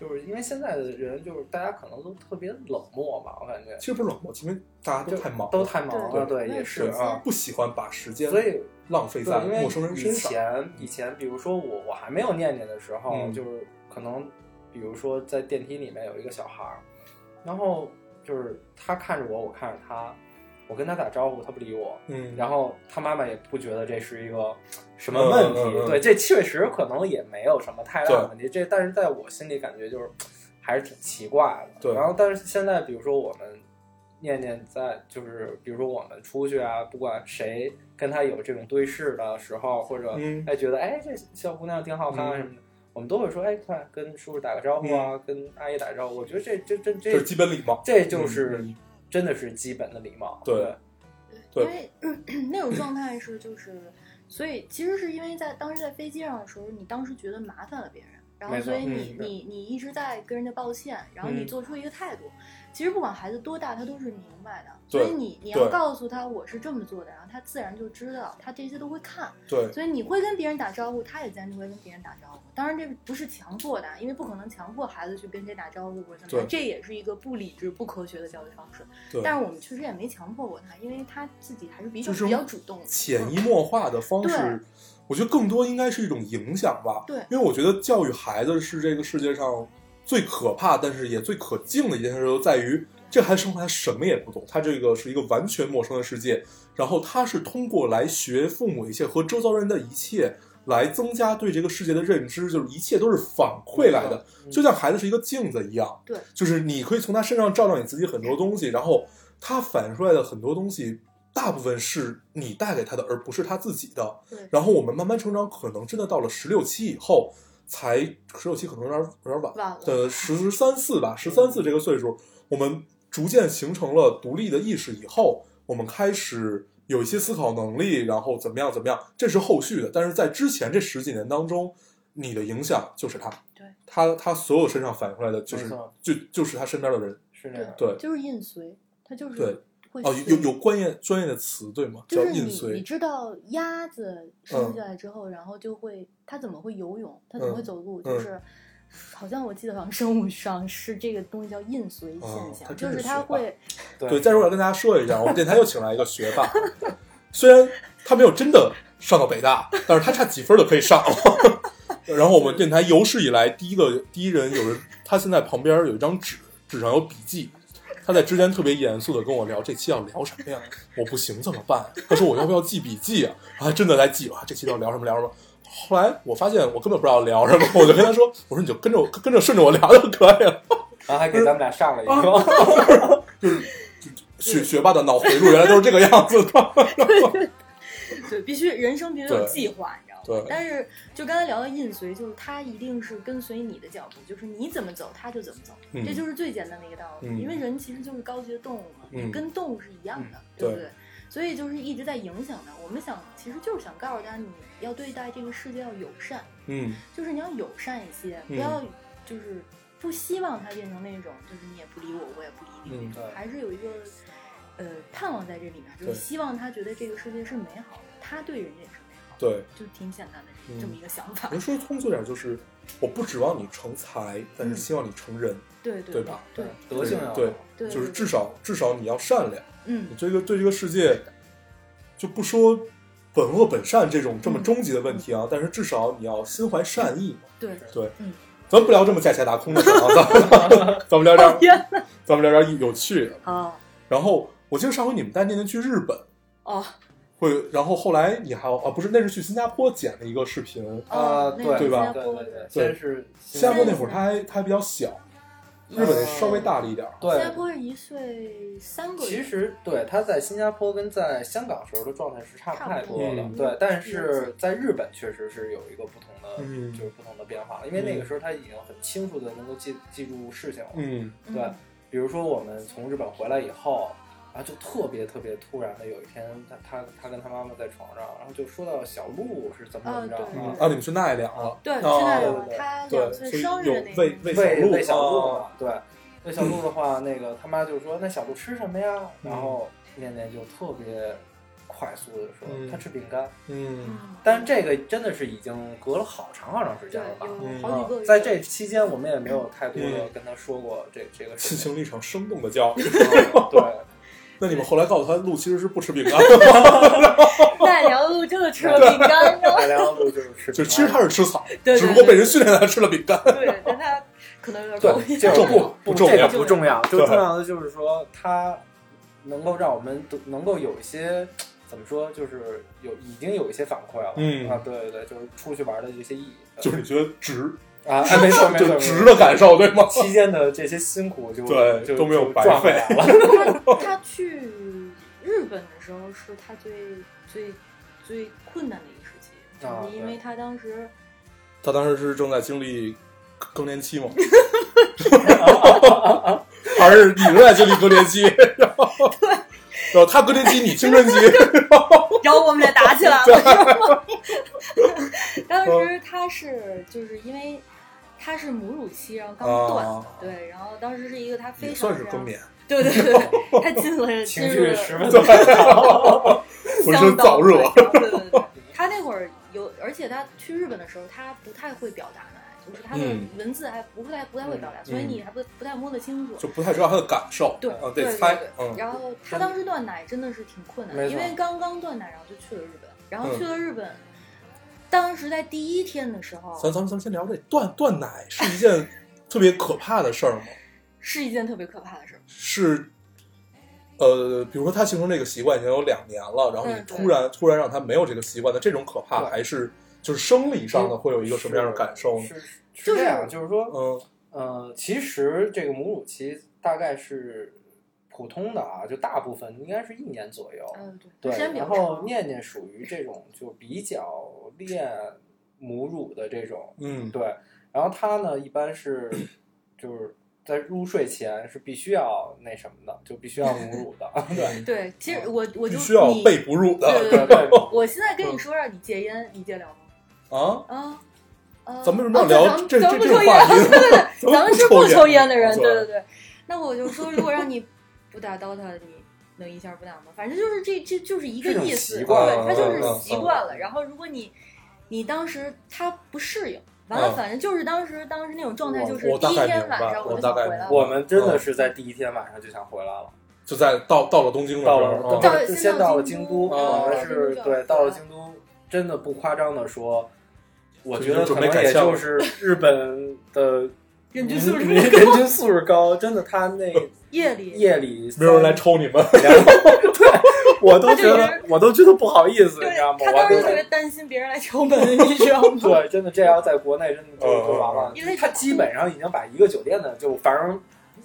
Speaker 4: 就是因为现在的人就是大家可能都特别冷漠吧，我感觉
Speaker 3: 其实不是冷漠，因为大家
Speaker 4: 就
Speaker 3: 都太忙了，
Speaker 4: 都太忙了，
Speaker 5: 对
Speaker 4: 对，
Speaker 5: 对
Speaker 4: 也是
Speaker 5: 对
Speaker 4: 啊。
Speaker 3: 不喜欢把时间
Speaker 4: 所以
Speaker 3: 浪费在
Speaker 4: 对，因为
Speaker 3: 陌生人
Speaker 4: 以
Speaker 3: 身上。
Speaker 4: 前以前，比如说我我还没有念念的时候，
Speaker 3: 嗯
Speaker 4: 就是可能比如说在电梯里面有一个小孩儿，然后就是他看着我，我看着他，我跟他打招呼，他不理我，
Speaker 3: 嗯，
Speaker 4: 然后他妈妈也不觉得这是一个什么问题，
Speaker 3: 嗯嗯嗯嗯
Speaker 4: 对，这确实可能也没有什么太大的问题，这但是在我心里感觉就是还是挺奇怪的。
Speaker 3: 对
Speaker 4: 然后但是现在比如说我们念念在就是比如说我们出去啊，不管谁跟他有这种对视的时候，或者
Speaker 3: 嗯
Speaker 4: 哎觉得哎这小姑娘挺好看啊
Speaker 3: 嗯
Speaker 4: 什么的。我们都会说，哎，快跟叔叔打个招呼啊，跟阿姨打个招呼。我觉得这这这
Speaker 3: 这
Speaker 4: 这
Speaker 3: 是基本礼貌。
Speaker 4: 这就是、
Speaker 3: 嗯嗯
Speaker 4: 真的是基本的礼貌。
Speaker 3: 对对
Speaker 5: 因为 那种状态是就是，所以其实是因为在当时在飞机上的时候，你当时觉得麻烦了别人，然后
Speaker 4: 没错
Speaker 5: 所以你、
Speaker 4: 嗯是
Speaker 5: 你你一直在跟人家抱歉，然后你
Speaker 3: 嗯
Speaker 5: 做出一个态度。其实不管孩子多大，他都是明白的，所
Speaker 3: 对
Speaker 5: 以你你
Speaker 3: 对
Speaker 5: 要告诉他我是这么做的，然后他自然就知道，他这些都会看，
Speaker 3: 对，
Speaker 5: 所以你会跟别人打招呼，他也自然就会跟别人打招呼。当然这不是强迫的，啊因为不可能强迫孩子去跟谁打招呼或者怎么
Speaker 3: 对
Speaker 5: 样，这也是一个不理智、不科学的教育方式。
Speaker 3: 对
Speaker 5: 但是我们确实也没强迫过他，因为他自己还是比
Speaker 3: 就
Speaker 5: 较
Speaker 3: 是
Speaker 5: 比较主动的。嗯
Speaker 3: 潜移默化的方式
Speaker 5: 对，
Speaker 3: 我觉得更多应该是一种影响吧。
Speaker 5: 对
Speaker 3: 因为我觉得教育孩子是这个世界上最可怕，但是也最可敬的一件事，就在于这孩子生活他什么也不懂，他这个是一个完全陌生的世界，然后他是通过来学父母一切和周遭人的一切。来增加对这个世界的认知，就是一切都是反馈来的，
Speaker 4: 嗯
Speaker 3: 就像孩子是一个镜子一样，
Speaker 5: 对，
Speaker 3: 就是你可以从他身上照到你自己很多东西，然后他反出来的很多东西，大部分是你带给他的，而不是他自己的。
Speaker 5: 对
Speaker 3: 然后我们慢慢成长，可能真的到了十六七以后，才十六七可能有点有点晚，
Speaker 5: 晚了
Speaker 3: 呃，十三四吧，十三四这个岁数，我们逐渐形成了独立的意识以后，我们开始有一些思考能力，然后怎么样怎么样，这是后续的。但是在之前这十几年当中，你的影响就是他，
Speaker 5: 对，
Speaker 3: 他他所有身上反映出来的就是
Speaker 4: 没错
Speaker 3: 就就是他身边的人，
Speaker 4: 是那样。
Speaker 3: 对，
Speaker 5: 就是印随，他就是
Speaker 3: 对
Speaker 5: 会
Speaker 3: 哦，
Speaker 5: 随
Speaker 3: 有有专业专业的词对吗？
Speaker 5: 就
Speaker 3: 叫
Speaker 5: 是
Speaker 3: 印
Speaker 5: 你你
Speaker 3: 随，嗯
Speaker 5: 知道鸭子生下来之后，然后就会它怎么会游泳，它怎么
Speaker 3: 嗯
Speaker 5: 会走路，
Speaker 3: 嗯
Speaker 5: 就是。好像我记得，好像生物上是这个东西叫印随现
Speaker 3: 哦
Speaker 5: 象，
Speaker 3: 它真
Speaker 5: 就是是它
Speaker 3: 学霸
Speaker 5: 会
Speaker 4: 对
Speaker 3: 对。再说我要跟大家说一下，我们电台又请来一个学霸，虽然他没有真的上到北大，但是他差几分就可以上了。 然后我们电台有史以来第一个第一人有人，他现在旁边有一张纸，纸上有笔记。他在之前特别严肃的跟我聊这期要聊什么呀？ 我不行怎么办？他说我要不要记笔记啊？我还真的在记啊，这期要聊什么聊什么。后来我发现我根本不知道聊什么，我就跟他说，我说你就跟着我跟着顺着我聊就可以了。
Speaker 4: 然后还给咱们俩上了一个，
Speaker 3: 学学霸的脑回路原来都是这个样子的。
Speaker 5: 对，必须人生必须有
Speaker 3: 对
Speaker 5: 计划，你知道
Speaker 3: 对
Speaker 5: 吗？但是就刚才聊到印随，就是它一定是跟随你的脚步，就是你怎么走，它就怎么走，
Speaker 3: 嗯
Speaker 5: 这就是最简单的一个道理。
Speaker 3: 嗯
Speaker 5: 因为人其实就是高级的动物嘛，
Speaker 3: 嗯
Speaker 5: 跟动物是一样的，
Speaker 3: 对
Speaker 5: 对不对？所以就是一直在影响的。我们想，其实就是想告诉大家，你要对待这个世界要友善，
Speaker 3: 嗯，
Speaker 5: 就是你要友善一些，不
Speaker 3: 嗯
Speaker 5: 要就是不希望它变成那种就是你也不理我，我也不理你，
Speaker 3: 嗯
Speaker 4: 对
Speaker 5: 还是有一个呃盼望在这里面，就
Speaker 3: 对
Speaker 5: 是希望他觉得这个世界是美好的，他对人家也是美好的，
Speaker 3: 对。
Speaker 5: 就挺简单的
Speaker 3: 嗯
Speaker 5: 这么一个想法。
Speaker 3: 能说通俗点就是，我不指望你成才，但是希望你成人，
Speaker 5: 对对
Speaker 3: 对
Speaker 5: 对
Speaker 3: 吧
Speaker 5: 对
Speaker 4: 德性啊要好
Speaker 3: 对
Speaker 5: 对，
Speaker 3: 就是
Speaker 5: 对
Speaker 3: 至少至少你要善良。
Speaker 5: 嗯
Speaker 3: 你这个对这个世界，就不说本恶本善这种这
Speaker 5: 嗯
Speaker 3: 么终极的问题啊，但是至少你要心怀善意嘛。
Speaker 5: 对
Speaker 3: 对，
Speaker 5: 嗯
Speaker 3: 咱不聊这么假瞎打空的事儿啊，咱们 咱们聊点
Speaker 5: 天
Speaker 3: 儿，咱们聊点儿有趣的。
Speaker 5: 哦
Speaker 3: 然后我记得上回你们带念念去日本，
Speaker 5: 哦
Speaker 3: 会，然后后来你还有啊，不是，那是去新加坡剪了一个视频，
Speaker 4: 啊
Speaker 5: 哦，那个
Speaker 3: 对吧
Speaker 5: 新加
Speaker 4: 对
Speaker 5: 坡
Speaker 4: 对对，先是
Speaker 3: 新加坡那会儿他还他还比较小，日本
Speaker 5: 哦
Speaker 3: 稍微大了一点儿，
Speaker 5: 新
Speaker 4: 对
Speaker 5: 加，坡是一岁三个月，
Speaker 4: 其实对他在新加坡跟在香港时候的状态是差不太多的，
Speaker 3: 差不
Speaker 5: 多
Speaker 4: 对，但是在日本确实是有一个不同的，
Speaker 3: 嗯
Speaker 4: 就是不同的变化了，因为那个时候他已经很清楚的能够记记住事情了，
Speaker 3: 嗯
Speaker 4: 对，比如说我们从日本回来以后，然后就特别特别突然的有一天，他他他跟他妈妈在床上，然后就说到小鹿是怎么怎么着
Speaker 5: 嗯
Speaker 3: 嗯
Speaker 4: 啊，
Speaker 3: 啊，你们去奈良了，
Speaker 5: 对，去
Speaker 3: 哦
Speaker 5: 那
Speaker 4: 对
Speaker 5: 个
Speaker 4: 对
Speaker 5: 他
Speaker 3: 对
Speaker 5: 两，岁
Speaker 3: 所以
Speaker 5: 生
Speaker 3: 有
Speaker 5: 日那一
Speaker 3: 喂
Speaker 5: 年，
Speaker 3: 喂小
Speaker 4: 喂
Speaker 3: 鹿，
Speaker 4: 喂小鹿
Speaker 3: 啊
Speaker 4: 嘛，对，喂小鹿的话，那个他妈就说那小鹿吃什么呀？然
Speaker 3: 嗯
Speaker 4: 后念念就特别快速的说
Speaker 3: 嗯
Speaker 4: 他吃饼干，
Speaker 3: 嗯
Speaker 4: 但是这个真的是已经隔了好长好长时间
Speaker 5: 对
Speaker 4: 了吧？
Speaker 5: 有
Speaker 3: 嗯
Speaker 5: 好几个
Speaker 4: 啊
Speaker 5: 月，
Speaker 4: 在这期间，我们也没有太多的
Speaker 3: 嗯
Speaker 4: 跟他说过这这个事
Speaker 3: 亲
Speaker 4: 情。
Speaker 3: 情历程生动的教。
Speaker 4: 啊对，
Speaker 3: 那你们后来告诉他，鹿其实是不吃饼干的，
Speaker 5: 奈良鹿真的吃了饼干，呢。
Speaker 4: 大梁路就是吃，
Speaker 3: 就其实他是吃草，
Speaker 5: 对对
Speaker 3: 只不过被人训练他吃了饼干。
Speaker 5: 对，但他可能有点过
Speaker 4: 对，
Speaker 5: 敏
Speaker 4: 这
Speaker 3: 重
Speaker 4: 个
Speaker 3: 不重
Speaker 4: 这个
Speaker 3: 要
Speaker 4: 不重要，就
Speaker 3: 对
Speaker 4: 重要的就是说它能够让我们都能够有一些怎么说，就是有已经有一些反馈了，
Speaker 3: 嗯
Speaker 4: 啊，对对对，就是出去玩的这些意义，
Speaker 3: 就是你觉得值，
Speaker 4: 啊，哎，没错没错，
Speaker 3: 就
Speaker 4: 没
Speaker 3: 值
Speaker 4: 错
Speaker 3: 的感受，对吗？
Speaker 4: 期间的这些辛苦就
Speaker 3: 对
Speaker 4: 就
Speaker 3: 都没有
Speaker 4: 就
Speaker 3: 白
Speaker 4: 赚回
Speaker 3: 费
Speaker 4: 来 了，
Speaker 5: 他他去日本的时候是他最最最困难的一个时期，
Speaker 4: 啊
Speaker 5: 就是因为他当时
Speaker 3: 他当时是正在经历更年期吗？ 还是你正在经历更年期？然后，然后他更年期，你青春期，
Speaker 5: 然后我们俩打起来了。是吗 当时他是就是因为他是母乳期，然后刚断，
Speaker 3: 啊
Speaker 5: 对，然后当时是一个他非
Speaker 3: 也
Speaker 5: 常
Speaker 3: 算是更，年，
Speaker 5: 对对对对，他进入 了
Speaker 4: 情
Speaker 5: 进入
Speaker 4: 绪
Speaker 5: 了
Speaker 4: 十分的
Speaker 3: 浑身
Speaker 5: 相当
Speaker 3: 燥热
Speaker 4: 啊
Speaker 5: 快。对 对对，他那会儿有，而且他去日本的时候，他不太会表达的，就是他的
Speaker 3: 嗯
Speaker 5: 文字还不太不太会表达，所以你还不不太摸得清楚。
Speaker 3: 就不太知道他的感受，
Speaker 5: 对
Speaker 3: 啊，
Speaker 5: 对
Speaker 3: 得
Speaker 5: 对
Speaker 3: 猜
Speaker 5: 对，
Speaker 3: 嗯，
Speaker 5: 然后他当时断奶真的是挺困难的，
Speaker 4: 没错
Speaker 5: 因为刚刚断奶，然后就去了日本，然后
Speaker 3: 嗯
Speaker 5: 去了日本，当时在第一天的时候
Speaker 3: 咱咱们咱们先聊这断断奶是一件特别可怕的事儿吗？
Speaker 5: 是一件特别可怕的事儿，
Speaker 3: 是，呃，比如说他形成这个习惯已经有两年了，然后你
Speaker 5: 嗯对
Speaker 3: 突然突然让他没有这个习惯的这种可怕，
Speaker 4: 对
Speaker 3: 还是就是生理上
Speaker 5: 嗯
Speaker 3: 的会 有一个什么样的感受呢？
Speaker 4: 是是这样，就是说，
Speaker 3: 嗯
Speaker 4: 呃，其实这个母乳期大概是普通的啊，就大部分应该是一年左右。
Speaker 5: 嗯，对，
Speaker 4: 对
Speaker 5: 时间，比较
Speaker 4: 然后
Speaker 5: 长，
Speaker 4: 念念属于这种就比较恋母乳的这种，
Speaker 3: 嗯，
Speaker 4: 对。然后她呢，一般是就是在入睡前是必须要那什么的，就必须要母乳的，对。
Speaker 5: 对，其实我我
Speaker 3: 嗯必
Speaker 5: 就
Speaker 3: 须要
Speaker 5: 你
Speaker 3: 被哺乳
Speaker 5: 对
Speaker 3: 的
Speaker 5: 对对，我现在跟
Speaker 3: 嗯
Speaker 5: 你说让你戒烟，你戒了吗？
Speaker 3: 啊。
Speaker 5: 啊，呃
Speaker 3: 咱们为什么要
Speaker 5: 哦
Speaker 3: 聊
Speaker 5: 咱们
Speaker 3: 这
Speaker 5: 咱
Speaker 3: 这
Speaker 5: 们不
Speaker 3: 这
Speaker 5: 抽
Speaker 3: 种
Speaker 5: 烟
Speaker 3: 话， 题呢？咱
Speaker 5: 咱
Speaker 3: 们
Speaker 5: 们是
Speaker 3: 不
Speaker 5: 不抽烟的人，对对
Speaker 3: 对，
Speaker 5: 对。那我就说，如果让你不打 DOTA，你能一下不打吗？反正就是这这就是一个意
Speaker 4: 这种
Speaker 5: 思，
Speaker 4: 习
Speaker 3: 惯
Speaker 5: 对，他就是
Speaker 3: 嗯嗯
Speaker 5: 习惯了。然后如果你你当时他不适应，完
Speaker 3: 嗯
Speaker 5: 了，反正就是当时当时那种状态，
Speaker 4: 我
Speaker 5: 就是
Speaker 3: 我
Speaker 5: 第
Speaker 3: 大
Speaker 5: 一
Speaker 3: 概
Speaker 5: 天
Speaker 3: 明白
Speaker 5: 晚上
Speaker 3: 我
Speaker 5: 就
Speaker 3: 大
Speaker 5: 想
Speaker 3: 概
Speaker 5: 回
Speaker 3: 明
Speaker 5: 来了。
Speaker 4: 我们真的是在第一天晚上就想回来了，
Speaker 3: 就在到到了东京的时
Speaker 4: 到了
Speaker 3: 候，
Speaker 5: 到
Speaker 3: 啊
Speaker 5: 了
Speaker 4: 对，
Speaker 5: 先
Speaker 4: 先
Speaker 5: 到
Speaker 4: 了
Speaker 5: 京
Speaker 4: 都，
Speaker 5: 都
Speaker 4: 我们
Speaker 5: 嗯
Speaker 4: 是
Speaker 5: 到京都
Speaker 4: 对
Speaker 5: 就
Speaker 4: 到了京都，真的不夸张的说，我
Speaker 3: 就
Speaker 4: 觉得
Speaker 3: 就
Speaker 4: 可
Speaker 3: 没
Speaker 4: 能
Speaker 3: 改
Speaker 4: 也
Speaker 3: 向
Speaker 4: 就
Speaker 3: 了
Speaker 4: 是日本的
Speaker 5: 人均素质
Speaker 4: 人人均素质高，真的，他 那
Speaker 5: 夜里
Speaker 4: 夜里
Speaker 3: 没有人来
Speaker 4: 抽，
Speaker 3: 抽你们，
Speaker 4: 我都觉
Speaker 5: 他
Speaker 4: 得
Speaker 5: 就
Speaker 4: 我都觉得不好意思，你知道
Speaker 5: 对
Speaker 4: 吗？
Speaker 5: 他当时特别
Speaker 4: 我
Speaker 5: 担心别人来敲门，你知道吗？
Speaker 4: 都对，真的这要在国内真的就
Speaker 3: 嗯
Speaker 4: 就完了，
Speaker 5: 因为
Speaker 4: 他基本上已经把一个酒店的就反正。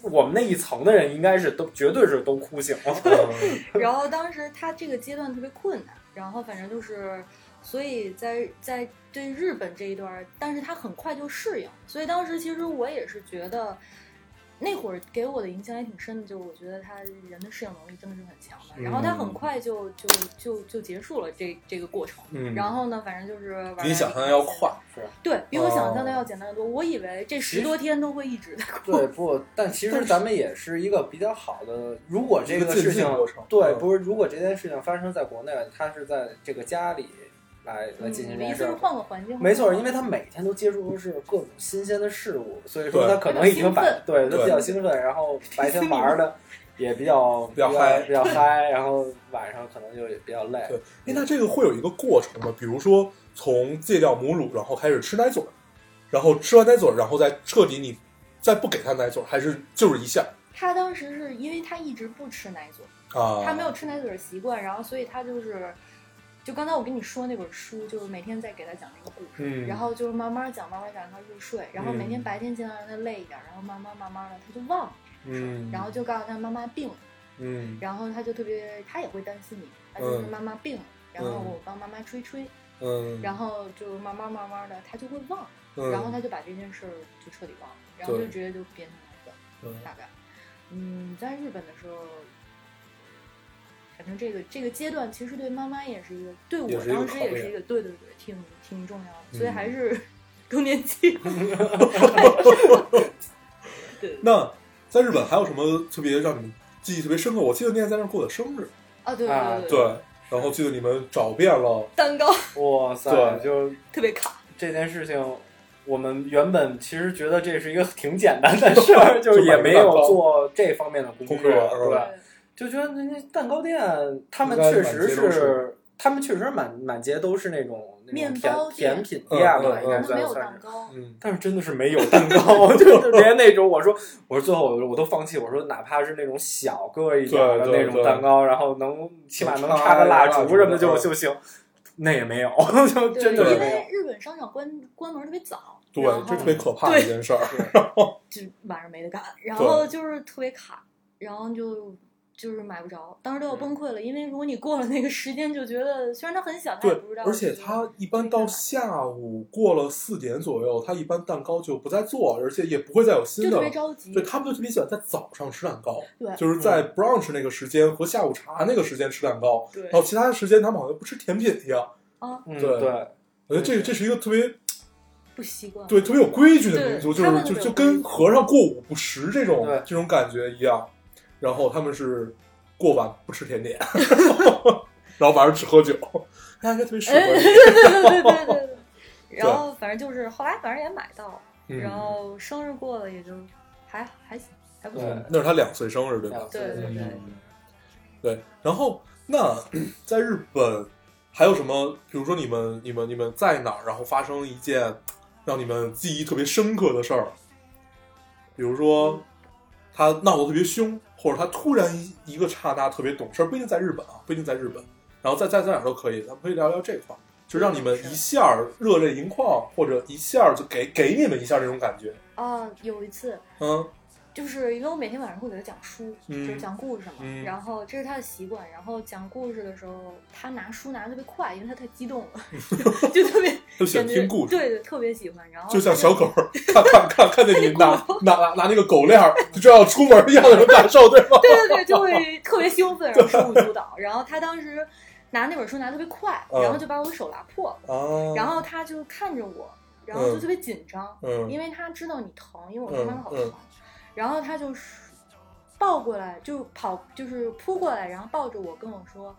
Speaker 4: 我们那一层的人应该是都绝对是都哭醒了，
Speaker 5: 然后当时他这个阶段特别困难，然后反正就是，所以在在对日本这一段儿，但是他很快就适应，所以当时其实我也是觉得，那会儿给我的影响也挺深的，就是我觉得他人的适应能力真的是很强
Speaker 3: 嗯
Speaker 5: 的，然后他很快就就就就结束了这这个过程。
Speaker 3: 嗯，
Speaker 5: 然后呢，反正就是玩
Speaker 3: 比你
Speaker 5: 儿
Speaker 3: 想象要快，嗯
Speaker 5: 对比我想象的要简单得多。我以为这十多天都会一直在
Speaker 4: 对不？但其实咱们也是一个比较好的，如果这
Speaker 3: 一个
Speaker 4: 事
Speaker 3: 进
Speaker 4: 情
Speaker 3: 进过程，
Speaker 4: 对，
Speaker 3: 嗯
Speaker 4: 不是如果这件事情发生在国内，他是在这个家里来来进行这
Speaker 5: 意
Speaker 4: 件
Speaker 5: 思
Speaker 4: 事
Speaker 5: 是
Speaker 4: 儿，
Speaker 5: 换个环境，
Speaker 4: 没错，
Speaker 5: 换个
Speaker 4: 因为他每天都接触的是各种新鲜的事物，所以说
Speaker 3: 对
Speaker 4: 他可能已经把对他
Speaker 3: 对
Speaker 4: 比较兴奋，然后白天玩的也比较比
Speaker 3: 较嗨
Speaker 4: 比较嗨，然后晚上可能就也比较累
Speaker 3: 对。哎，那这个会有一个过程吗？比如说从戒掉母乳，然后开始吃奶嘴儿，然后吃完奶嘴儿，然后再彻底你再不给他奶嘴儿，还是就是一下
Speaker 5: 他当时是因为他一直不吃奶嘴，
Speaker 3: 啊？
Speaker 5: 他没有吃奶嘴的习惯，然后所以他就是就刚才我跟你说那本书，就是每天在给他讲这个故事，
Speaker 3: 嗯，
Speaker 5: 然后就是慢慢讲，慢慢讲让他入睡，然后每天白天尽量让他累一点，然后慢慢慢慢的他就忘了这个事儿，
Speaker 3: 嗯
Speaker 5: 然后就告诉他妈妈病了，
Speaker 3: 嗯
Speaker 5: 然后他就特别，他也会担心你，他就是妈妈病了，然后我帮妈妈吹吹，
Speaker 3: 嗯，
Speaker 5: 然后就慢慢慢慢的他就会忘了，
Speaker 3: 嗯
Speaker 5: 然后他就把这件事儿就彻底忘了，然后就
Speaker 3: 对
Speaker 5: 直接就变成癌症。
Speaker 3: 嗯
Speaker 5: 大概，嗯，在日本的时候，反正这个这个阶段其实对妈妈也是一个，对我
Speaker 3: 也是一个
Speaker 5: 当时
Speaker 3: 考
Speaker 5: 也是
Speaker 3: 验
Speaker 5: 一个，对对对，挺挺重要的，所以
Speaker 3: 嗯
Speaker 5: 还是 更年 期。对
Speaker 3: 那在日本还有什么特别让你们记忆特别深刻？我记得那天在那儿过的生日，
Speaker 5: 啊，对
Speaker 4: 啊
Speaker 5: 对
Speaker 3: 对，然后记得你们找遍了，
Speaker 5: 蛋糕
Speaker 4: 哇塞，
Speaker 3: 对
Speaker 4: 就
Speaker 5: 特别卡，
Speaker 4: 这件事情，我们原本其实觉得这是一个挺简单的事 儿，就是也没有做这方面的功
Speaker 3: 功课是
Speaker 4: 对
Speaker 3: 吧，
Speaker 4: 就觉得那蛋糕店他们
Speaker 3: 应该
Speaker 4: 确
Speaker 3: 满
Speaker 4: 实
Speaker 3: 街都
Speaker 4: 是，他们确实满满街都是那种那
Speaker 5: 面
Speaker 4: 种
Speaker 5: 包
Speaker 4: 甜甜
Speaker 5: 店
Speaker 4: 品
Speaker 3: 嗯
Speaker 4: 店
Speaker 3: 嗯
Speaker 4: 吧，
Speaker 3: 嗯
Speaker 4: 应该
Speaker 5: 他们没
Speaker 4: 算
Speaker 5: 有
Speaker 4: 算
Speaker 5: 蛋
Speaker 4: 是。
Speaker 5: 糕，
Speaker 3: 嗯，
Speaker 4: 但是真的是没有蛋 糕，就是连那种我说我说最后我都放弃，我说哪怕是那种小个一点
Speaker 3: 对
Speaker 4: 的
Speaker 3: 对
Speaker 4: 那种
Speaker 3: 对
Speaker 4: 蛋糕，然后能起码能
Speaker 3: 能
Speaker 4: 插
Speaker 3: 插
Speaker 4: 个蜡
Speaker 3: 蜡
Speaker 4: 烛
Speaker 3: 烛
Speaker 4: 什么的就
Speaker 3: 嗯
Speaker 4: 就行，那也没有，就真的
Speaker 5: 对，
Speaker 4: 是
Speaker 5: 因
Speaker 4: 没有
Speaker 5: 为。日本商场关关门特别早，
Speaker 3: 对
Speaker 5: 然，
Speaker 3: 这
Speaker 5: 后
Speaker 3: 特别可怕的一件事儿，
Speaker 5: 就晚上没得干，然
Speaker 3: 对
Speaker 5: 后就是特别卡，然后就就是买不着，当时
Speaker 3: 嗯
Speaker 5: 都要崩溃了。因为如果你过了那个时间，就觉得虽然它很小，但
Speaker 3: 对
Speaker 5: 也不知道。，
Speaker 3: 而且它一般到下午过了四点左右，它一般蛋糕就不再做，而且也不会再有
Speaker 5: 就
Speaker 3: 新
Speaker 5: 特
Speaker 3: 的
Speaker 5: 别
Speaker 3: 了。
Speaker 5: 着急。
Speaker 3: 对，他们就特别喜欢在早上吃蛋糕，
Speaker 5: 对
Speaker 3: 就是在 brunch 那个时间和下午茶那个时间吃蛋糕，
Speaker 5: 对
Speaker 3: 然后其他的时间他们好像不吃甜品一样。
Speaker 5: 啊，
Speaker 4: 嗯，
Speaker 3: 对
Speaker 4: 对，
Speaker 3: 我觉得这
Speaker 4: 对
Speaker 3: 这是一个特别
Speaker 5: 不习惯。
Speaker 3: 对特别有规矩的民族，
Speaker 5: 对
Speaker 3: 就
Speaker 5: 他
Speaker 3: 是
Speaker 5: 们
Speaker 3: 就
Speaker 5: 特别
Speaker 3: 就
Speaker 5: 有
Speaker 3: 跟
Speaker 5: 规矩
Speaker 3: 和尚过午不食这种
Speaker 4: 对
Speaker 3: 这种感觉一样。然后他们是过晚不吃 甜点，然后晚上只喝酒， 那应该特别适合
Speaker 5: 哎
Speaker 3: 你。
Speaker 5: 对对对对对对。然后反正就是后来反正也买到了，
Speaker 3: 嗯
Speaker 5: 然后生日过了也就还还行还不错。
Speaker 3: 嗯那是他两岁生日对吧？
Speaker 5: 对对对
Speaker 3: 嗯对，然后那 在日本还有什么？比如说你们、你们、你们在哪儿，然后发生一件让你们记忆特别深刻的事儿，比如说他闹得特别凶，或者他突然一一个刹那特别懂事儿，不一定在日本啊，不一定在日本，然后在在在哪儿都可以，咱们可以聊聊这块儿，就让你们一下儿热泪盈眶，或者一下儿就给给你们一下儿这种感觉，
Speaker 5: 啊，有一次
Speaker 3: 嗯
Speaker 5: 就是因为我每天晚上会给他讲书，
Speaker 3: 嗯
Speaker 5: 就是讲故事嘛。
Speaker 3: 嗯
Speaker 5: 然后这是他的习惯。然后讲故事的时候，他拿书拿的特别快，因为他太激动 了，就特别
Speaker 3: 就喜欢
Speaker 5: 感觉
Speaker 3: 听故事。
Speaker 5: 对对，特别喜欢。然后
Speaker 3: 就像
Speaker 5: 他
Speaker 3: 小狗儿看看看看见你 拿拿拿拿那个狗链儿就要出门一样那种感受，对吗？
Speaker 5: 对对对，就会特别兴 奋，然后手舞足蹈。然后他当时拿那本书拿得特别快，
Speaker 3: 嗯
Speaker 5: 然后就把我的手拉破了。
Speaker 3: 啊
Speaker 5: 然后他就看着我，然后就
Speaker 3: 嗯
Speaker 5: 特别紧张，
Speaker 3: 嗯
Speaker 5: 因为他知道你疼，因为我说
Speaker 3: 嗯
Speaker 5: 妈妈好
Speaker 3: 嗯
Speaker 5: 疼。然后他就是抱过来，就跑，就是扑过来，然后抱着我跟我说：“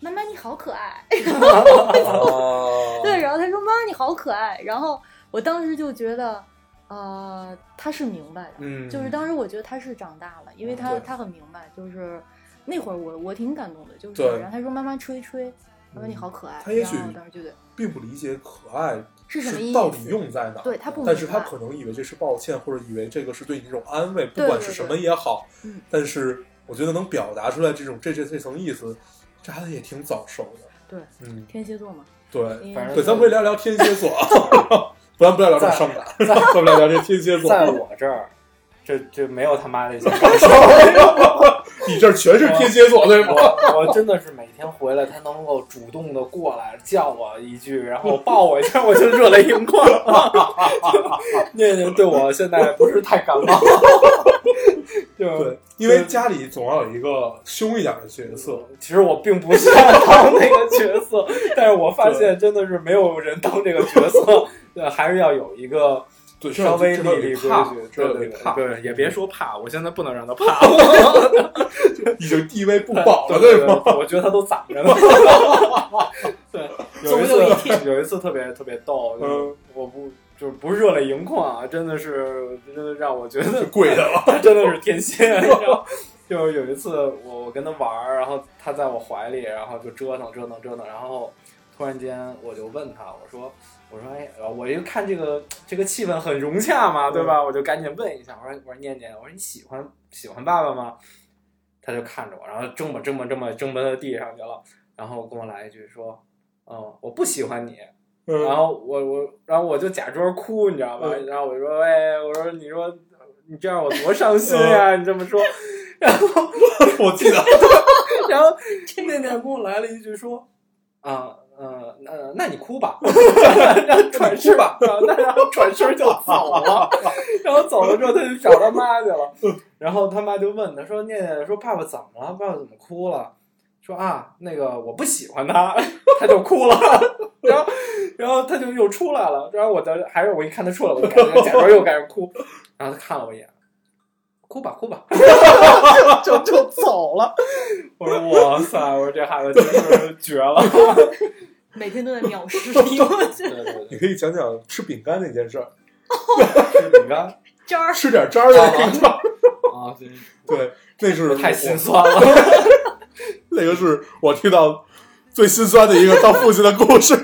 Speaker 5: 妈妈你好可爱。”
Speaker 3: 哦 啊
Speaker 5: 对， 然后他说：“妈，你好可爱。”然后我当时就觉得，呃，他是明白的，
Speaker 3: 嗯
Speaker 5: 就是当时我觉得他是长大了，因为他、
Speaker 3: 对
Speaker 5: 他很明白，就是那会儿我我挺感动的，就是
Speaker 3: 对嗯
Speaker 5: 然后他说：“妈妈吹一吹，妈妈你好可爱。
Speaker 3: 他也
Speaker 5: 然后
Speaker 3: 许
Speaker 5: 我当时就觉得
Speaker 3: 并不理解可爱
Speaker 5: 是什么
Speaker 3: 是
Speaker 5: 意思？
Speaker 3: 到底用在哪儿，
Speaker 5: 对他不明白，
Speaker 3: 但是他可能以为这是抱歉，或者以为这个是对你一种安慰，不
Speaker 5: 对
Speaker 3: 管
Speaker 5: 对
Speaker 3: 是什
Speaker 5: 对
Speaker 3: 么也好
Speaker 5: 嗯，
Speaker 3: 但是我觉得能表达出来这种这这这层意思，这孩子也挺早熟的，
Speaker 5: 对
Speaker 3: 嗯，
Speaker 5: 天蝎座嘛，
Speaker 3: 对
Speaker 5: 因
Speaker 4: 反
Speaker 5: 为
Speaker 3: 对，
Speaker 4: 正
Speaker 3: 咱们可以聊聊天蝎座， 啊，不然不要聊这么伤感，咱们聊聊这天蝎座，
Speaker 4: 在我这儿，这这没有他妈的一些事儿。
Speaker 3: 你这全是天蝎座对吗？
Speaker 4: 我我真的是每天回来，他能够主动的过来叫我一句，然后抱我一下，我就热泪盈眶。念念 对我现在不是太感冒，就
Speaker 3: 对， 因为家里总要有一个凶一点的角色。
Speaker 4: 其实我并不想当那个角色，但是我发现真的是没有人当这个角色，对，还是要有一个。
Speaker 3: 对，
Speaker 4: 稍微
Speaker 3: 这
Speaker 4: 立
Speaker 3: 这
Speaker 4: 立规
Speaker 3: 这怕
Speaker 4: 矩，
Speaker 3: 这
Speaker 4: 对对
Speaker 3: 怕，嗯
Speaker 4: 对，也别说怕，我现在不能让他怕我，
Speaker 3: 已经地位不保了，
Speaker 4: 对
Speaker 3: 吗？？
Speaker 4: 我觉得他都攒 着呢。对，有
Speaker 5: 总有一
Speaker 4: 一次有一次特别特别逗，就是
Speaker 3: 嗯
Speaker 4: 我不就是不是热泪盈眶啊，真的是真的让我觉得
Speaker 3: 跪下了，
Speaker 4: 他真的是天蝎。然后就是有一次我我跟他玩儿，然后他在我怀里，然后就折腾折腾折腾，然后突然间我就问他，我说我说哎，然后我一看这个这个气氛很融洽嘛，对吧？我就赶紧问一下，我说我说念念，我说你喜欢喜欢爸爸吗？他就看着我，然后挣吧挣吧挣吧挣吧到地上去了。然后跟我来一句说，嗯，我不喜欢你。
Speaker 3: 嗯，
Speaker 4: 然后我我然后我就假装哭，你知道吧？
Speaker 3: 嗯
Speaker 4: 然后我就说，喂，我说你说你这样我多伤心呀、
Speaker 3: 嗯
Speaker 4: 你这么说，然后
Speaker 3: 我记得，
Speaker 4: 然后那娘跟我来了一句说，啊呃那、那你哭吧， 然后转身吧，啊那 然后转身就走了， 嗯然后走了之后他就找他妈去了，然后他妈就问他说，念念说爸爸怎么了？爸爸怎么哭了？说啊，那个我不喜欢他，他就哭了，然后然后他就又出来了，然后我的还是我一看他出来，我就感觉假装又开始哭，然后他看了我一眼，哭吧哭吧，就就走了。我说哇塞，我说这孩子真是绝了。
Speaker 5: 每天都在藐视你，我觉
Speaker 4: 对
Speaker 5: 得
Speaker 4: 对 对，
Speaker 3: 你可以讲讲吃饼干那件事儿，
Speaker 4: 吃饼干
Speaker 5: 渣儿。
Speaker 3: 吃点渣儿的那 个，
Speaker 4: 啊，真是
Speaker 3: 对，那是
Speaker 4: 太心
Speaker 3: 我
Speaker 4: 酸了。
Speaker 3: 那个是我听到最心酸的一个当父亲的故 事。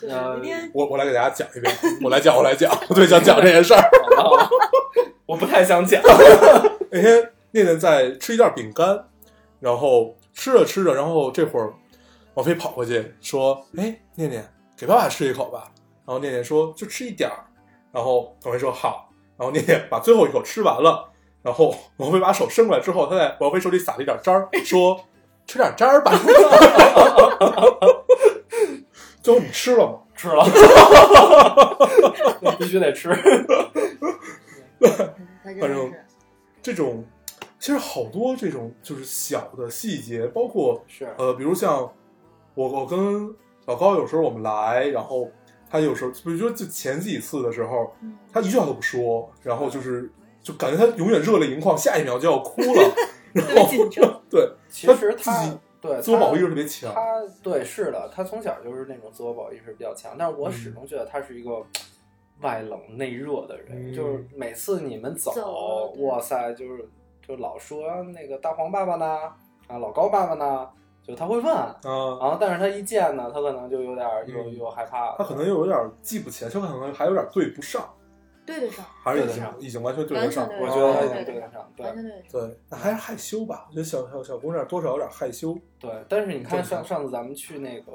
Speaker 5: 对，
Speaker 4: 呃
Speaker 5: 那天
Speaker 3: 我我来给大家讲一遍，我来讲，我来讲，我特别想讲这件事儿。
Speaker 4: 我不太想讲，
Speaker 3: 那天哎那天在吃一袋饼干，然后吃着吃着，然后这会儿王菲跑过去说：“哎，念念，给爸爸吃一口吧。”然后念念说：“就吃一点儿。”然后王菲说：“好。”然后念念把最后一口吃完了，然后王菲把手伸过来之后，她在王菲手里撒了一点渣儿，说：“吃点渣儿吧。” 最后你吃了吗？
Speaker 4: 吃了， 必须得吃。
Speaker 5: 他真
Speaker 3: 反
Speaker 5: 的
Speaker 3: 正
Speaker 5: 是
Speaker 3: 这种其实好多这种就是小的细节，包括
Speaker 4: 是
Speaker 3: 呃，比如像我我跟老高有时候我们来，然后他有时候比如说就前几次的时候，
Speaker 5: 嗯
Speaker 3: 他一句话都不说，然后就是就感觉他永远热泪盈眶，下一秒就要哭 了，然
Speaker 5: 特别
Speaker 3: 后
Speaker 5: 紧张，
Speaker 3: 对
Speaker 4: 其实他
Speaker 3: 自己
Speaker 4: 对
Speaker 3: 自我保护
Speaker 4: 他
Speaker 3: 意识特别强，
Speaker 4: 他对是的，他从小就是那种自我保护意识比较强，但是我始
Speaker 3: 嗯
Speaker 4: 终觉得他是一个 外冷内热的人，
Speaker 3: 嗯
Speaker 4: 就是每次你们走，
Speaker 5: 走对
Speaker 4: 哇塞，就是就老说那个大黄爸爸呢，啊老高爸爸呢，就他会问，然
Speaker 3: 啊，
Speaker 4: 后但是他一见呢，他可能就有点儿又
Speaker 3: 嗯
Speaker 4: 又害怕了，
Speaker 3: 他可能又有点记不起来，他可能还有点对不上，
Speaker 5: 对得上，
Speaker 3: 还是已
Speaker 4: 对
Speaker 3: 经
Speaker 4: 得上
Speaker 3: 已经完全对得上，
Speaker 5: 完
Speaker 4: 我
Speaker 5: 全
Speaker 4: 觉
Speaker 5: 对
Speaker 4: 得
Speaker 5: 得
Speaker 4: 他
Speaker 5: 上
Speaker 3: 哦
Speaker 4: 已经对得上，对
Speaker 5: 完全对得上。
Speaker 3: 对，那还是害羞吧，我觉得小小小姑娘多少有点害羞，
Speaker 4: 对，但是你看
Speaker 3: 正
Speaker 4: 上
Speaker 3: 常
Speaker 4: 上次咱们去那个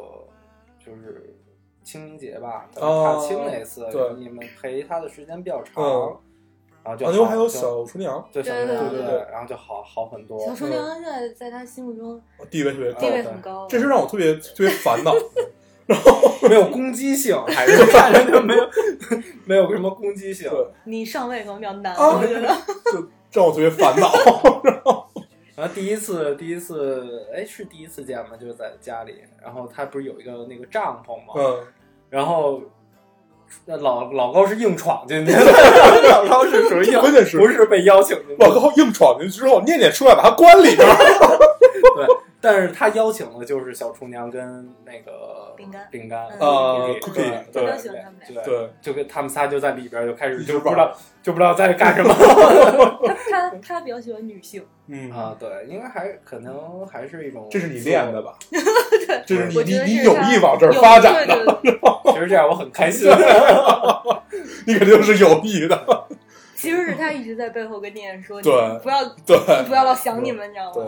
Speaker 4: 就是清明节吧，咱们
Speaker 3: 哦
Speaker 4: 踏青那次，
Speaker 3: 对
Speaker 4: 你们陪他的时间比较长，
Speaker 3: 嗯
Speaker 4: 然后就
Speaker 3: 啊，因为
Speaker 4: 好
Speaker 3: 还有
Speaker 4: 就
Speaker 3: 小厨娘
Speaker 4: 对小
Speaker 5: 对对
Speaker 4: 姑娘
Speaker 5: 对
Speaker 4: 对
Speaker 3: 对
Speaker 4: 然后就好好很多。
Speaker 5: 小厨娘现在在他心目中
Speaker 3: 哦地位特别高
Speaker 5: 地，位
Speaker 4: 对
Speaker 5: 很高，
Speaker 3: 这事让我特别特别烦恼。
Speaker 4: 没有攻击性，还 是看着就没有 没有什么攻击性。
Speaker 3: 对
Speaker 5: 你上位可能比较难，
Speaker 3: 啊
Speaker 5: 我觉得。
Speaker 3: 就让我特别烦恼。
Speaker 4: 然后第一次第一次哎是第一次见吗？就是在家里，然后他不是有一个那个帐篷吗？
Speaker 3: 嗯，
Speaker 4: 然后。那老老高是硬闯进 去的，老高是属于硬，
Speaker 3: 关键是
Speaker 4: 不是被邀请进去的。
Speaker 3: 老高硬闯进去之后，念念出来把他关里边儿。
Speaker 4: 对，但是他邀请的就是小厨娘跟那个
Speaker 5: 饼干
Speaker 4: 饼干
Speaker 5: 嗯
Speaker 3: 呃
Speaker 4: 对
Speaker 3: Cookie，
Speaker 4: 对
Speaker 3: 对
Speaker 5: 我都喜欢他们俩
Speaker 4: 对对，
Speaker 3: 对，
Speaker 4: 就跟他们仨就在里边就开始
Speaker 3: 一直
Speaker 4: 就不知
Speaker 3: 玩
Speaker 4: 道就不知道在干什么
Speaker 5: 他他比较喜欢女性，
Speaker 3: 嗯
Speaker 4: 啊，对，应该还可能还是一种
Speaker 3: 这是你练的吧？
Speaker 5: 对，
Speaker 3: 这是你
Speaker 5: 我觉得
Speaker 3: 你你
Speaker 5: 这是
Speaker 3: 有
Speaker 5: 他
Speaker 3: 意往这儿发展的，
Speaker 5: 有对对 对
Speaker 4: 其实这样我很开 心，
Speaker 3: 你肯定是有意的。
Speaker 5: 其实是他一直在背后跟念说，
Speaker 3: 对
Speaker 5: 你不要
Speaker 3: 对，
Speaker 5: 不要老想你们，你知道吗
Speaker 3: 对？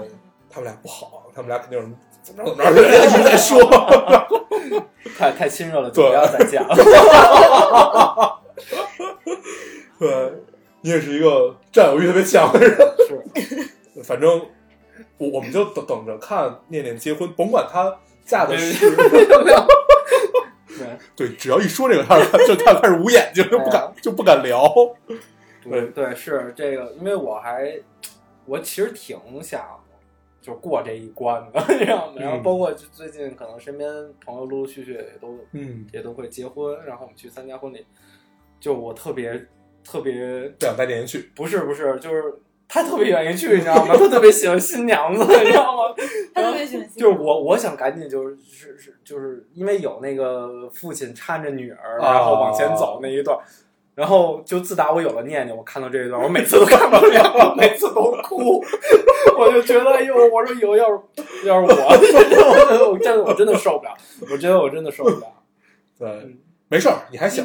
Speaker 3: 他们俩不好，他们俩肯定是怎么着怎么着，人家一直在说。
Speaker 4: 太太亲热了，就
Speaker 3: 对
Speaker 4: 不要再讲了。
Speaker 3: 对，你也是一个占有欲特别强的人。
Speaker 4: 是，
Speaker 3: 反正我我们就等等着看念念结婚，甭管她嫁的是
Speaker 4: 对
Speaker 3: 对，只要一说这个，他就他开始捂眼睛，就不
Speaker 4: 哎
Speaker 3: 敢就不敢聊。
Speaker 4: 对对，是这个，因为我还我其实挺想。就过这一关的， 你知道吗？然后
Speaker 3: 嗯
Speaker 4: 包括就最近可能身边朋友陆陆续续也都
Speaker 3: 嗯，
Speaker 4: 也都会结婚，然后我们去参加婚礼，就我特别特别
Speaker 3: 这两带念去，
Speaker 4: 不是不是，就是他特别愿意去，你知道吗？ 他特别喜欢新娘子，你知道吗？
Speaker 5: 他特别喜欢新
Speaker 4: 就是我我想赶紧就是是是就是因为有那个父亲搀着女儿，
Speaker 3: 啊
Speaker 4: 然后往前走那一段。然后就自打我有了念念，我看到这一段，我每次都看不了，每次都哭， 我就觉得，哎呦，我说以后要是要是我，我真的我真的受不了，我觉得我真的受不了。
Speaker 3: 对
Speaker 4: 嗯，
Speaker 3: 没事儿，你还小，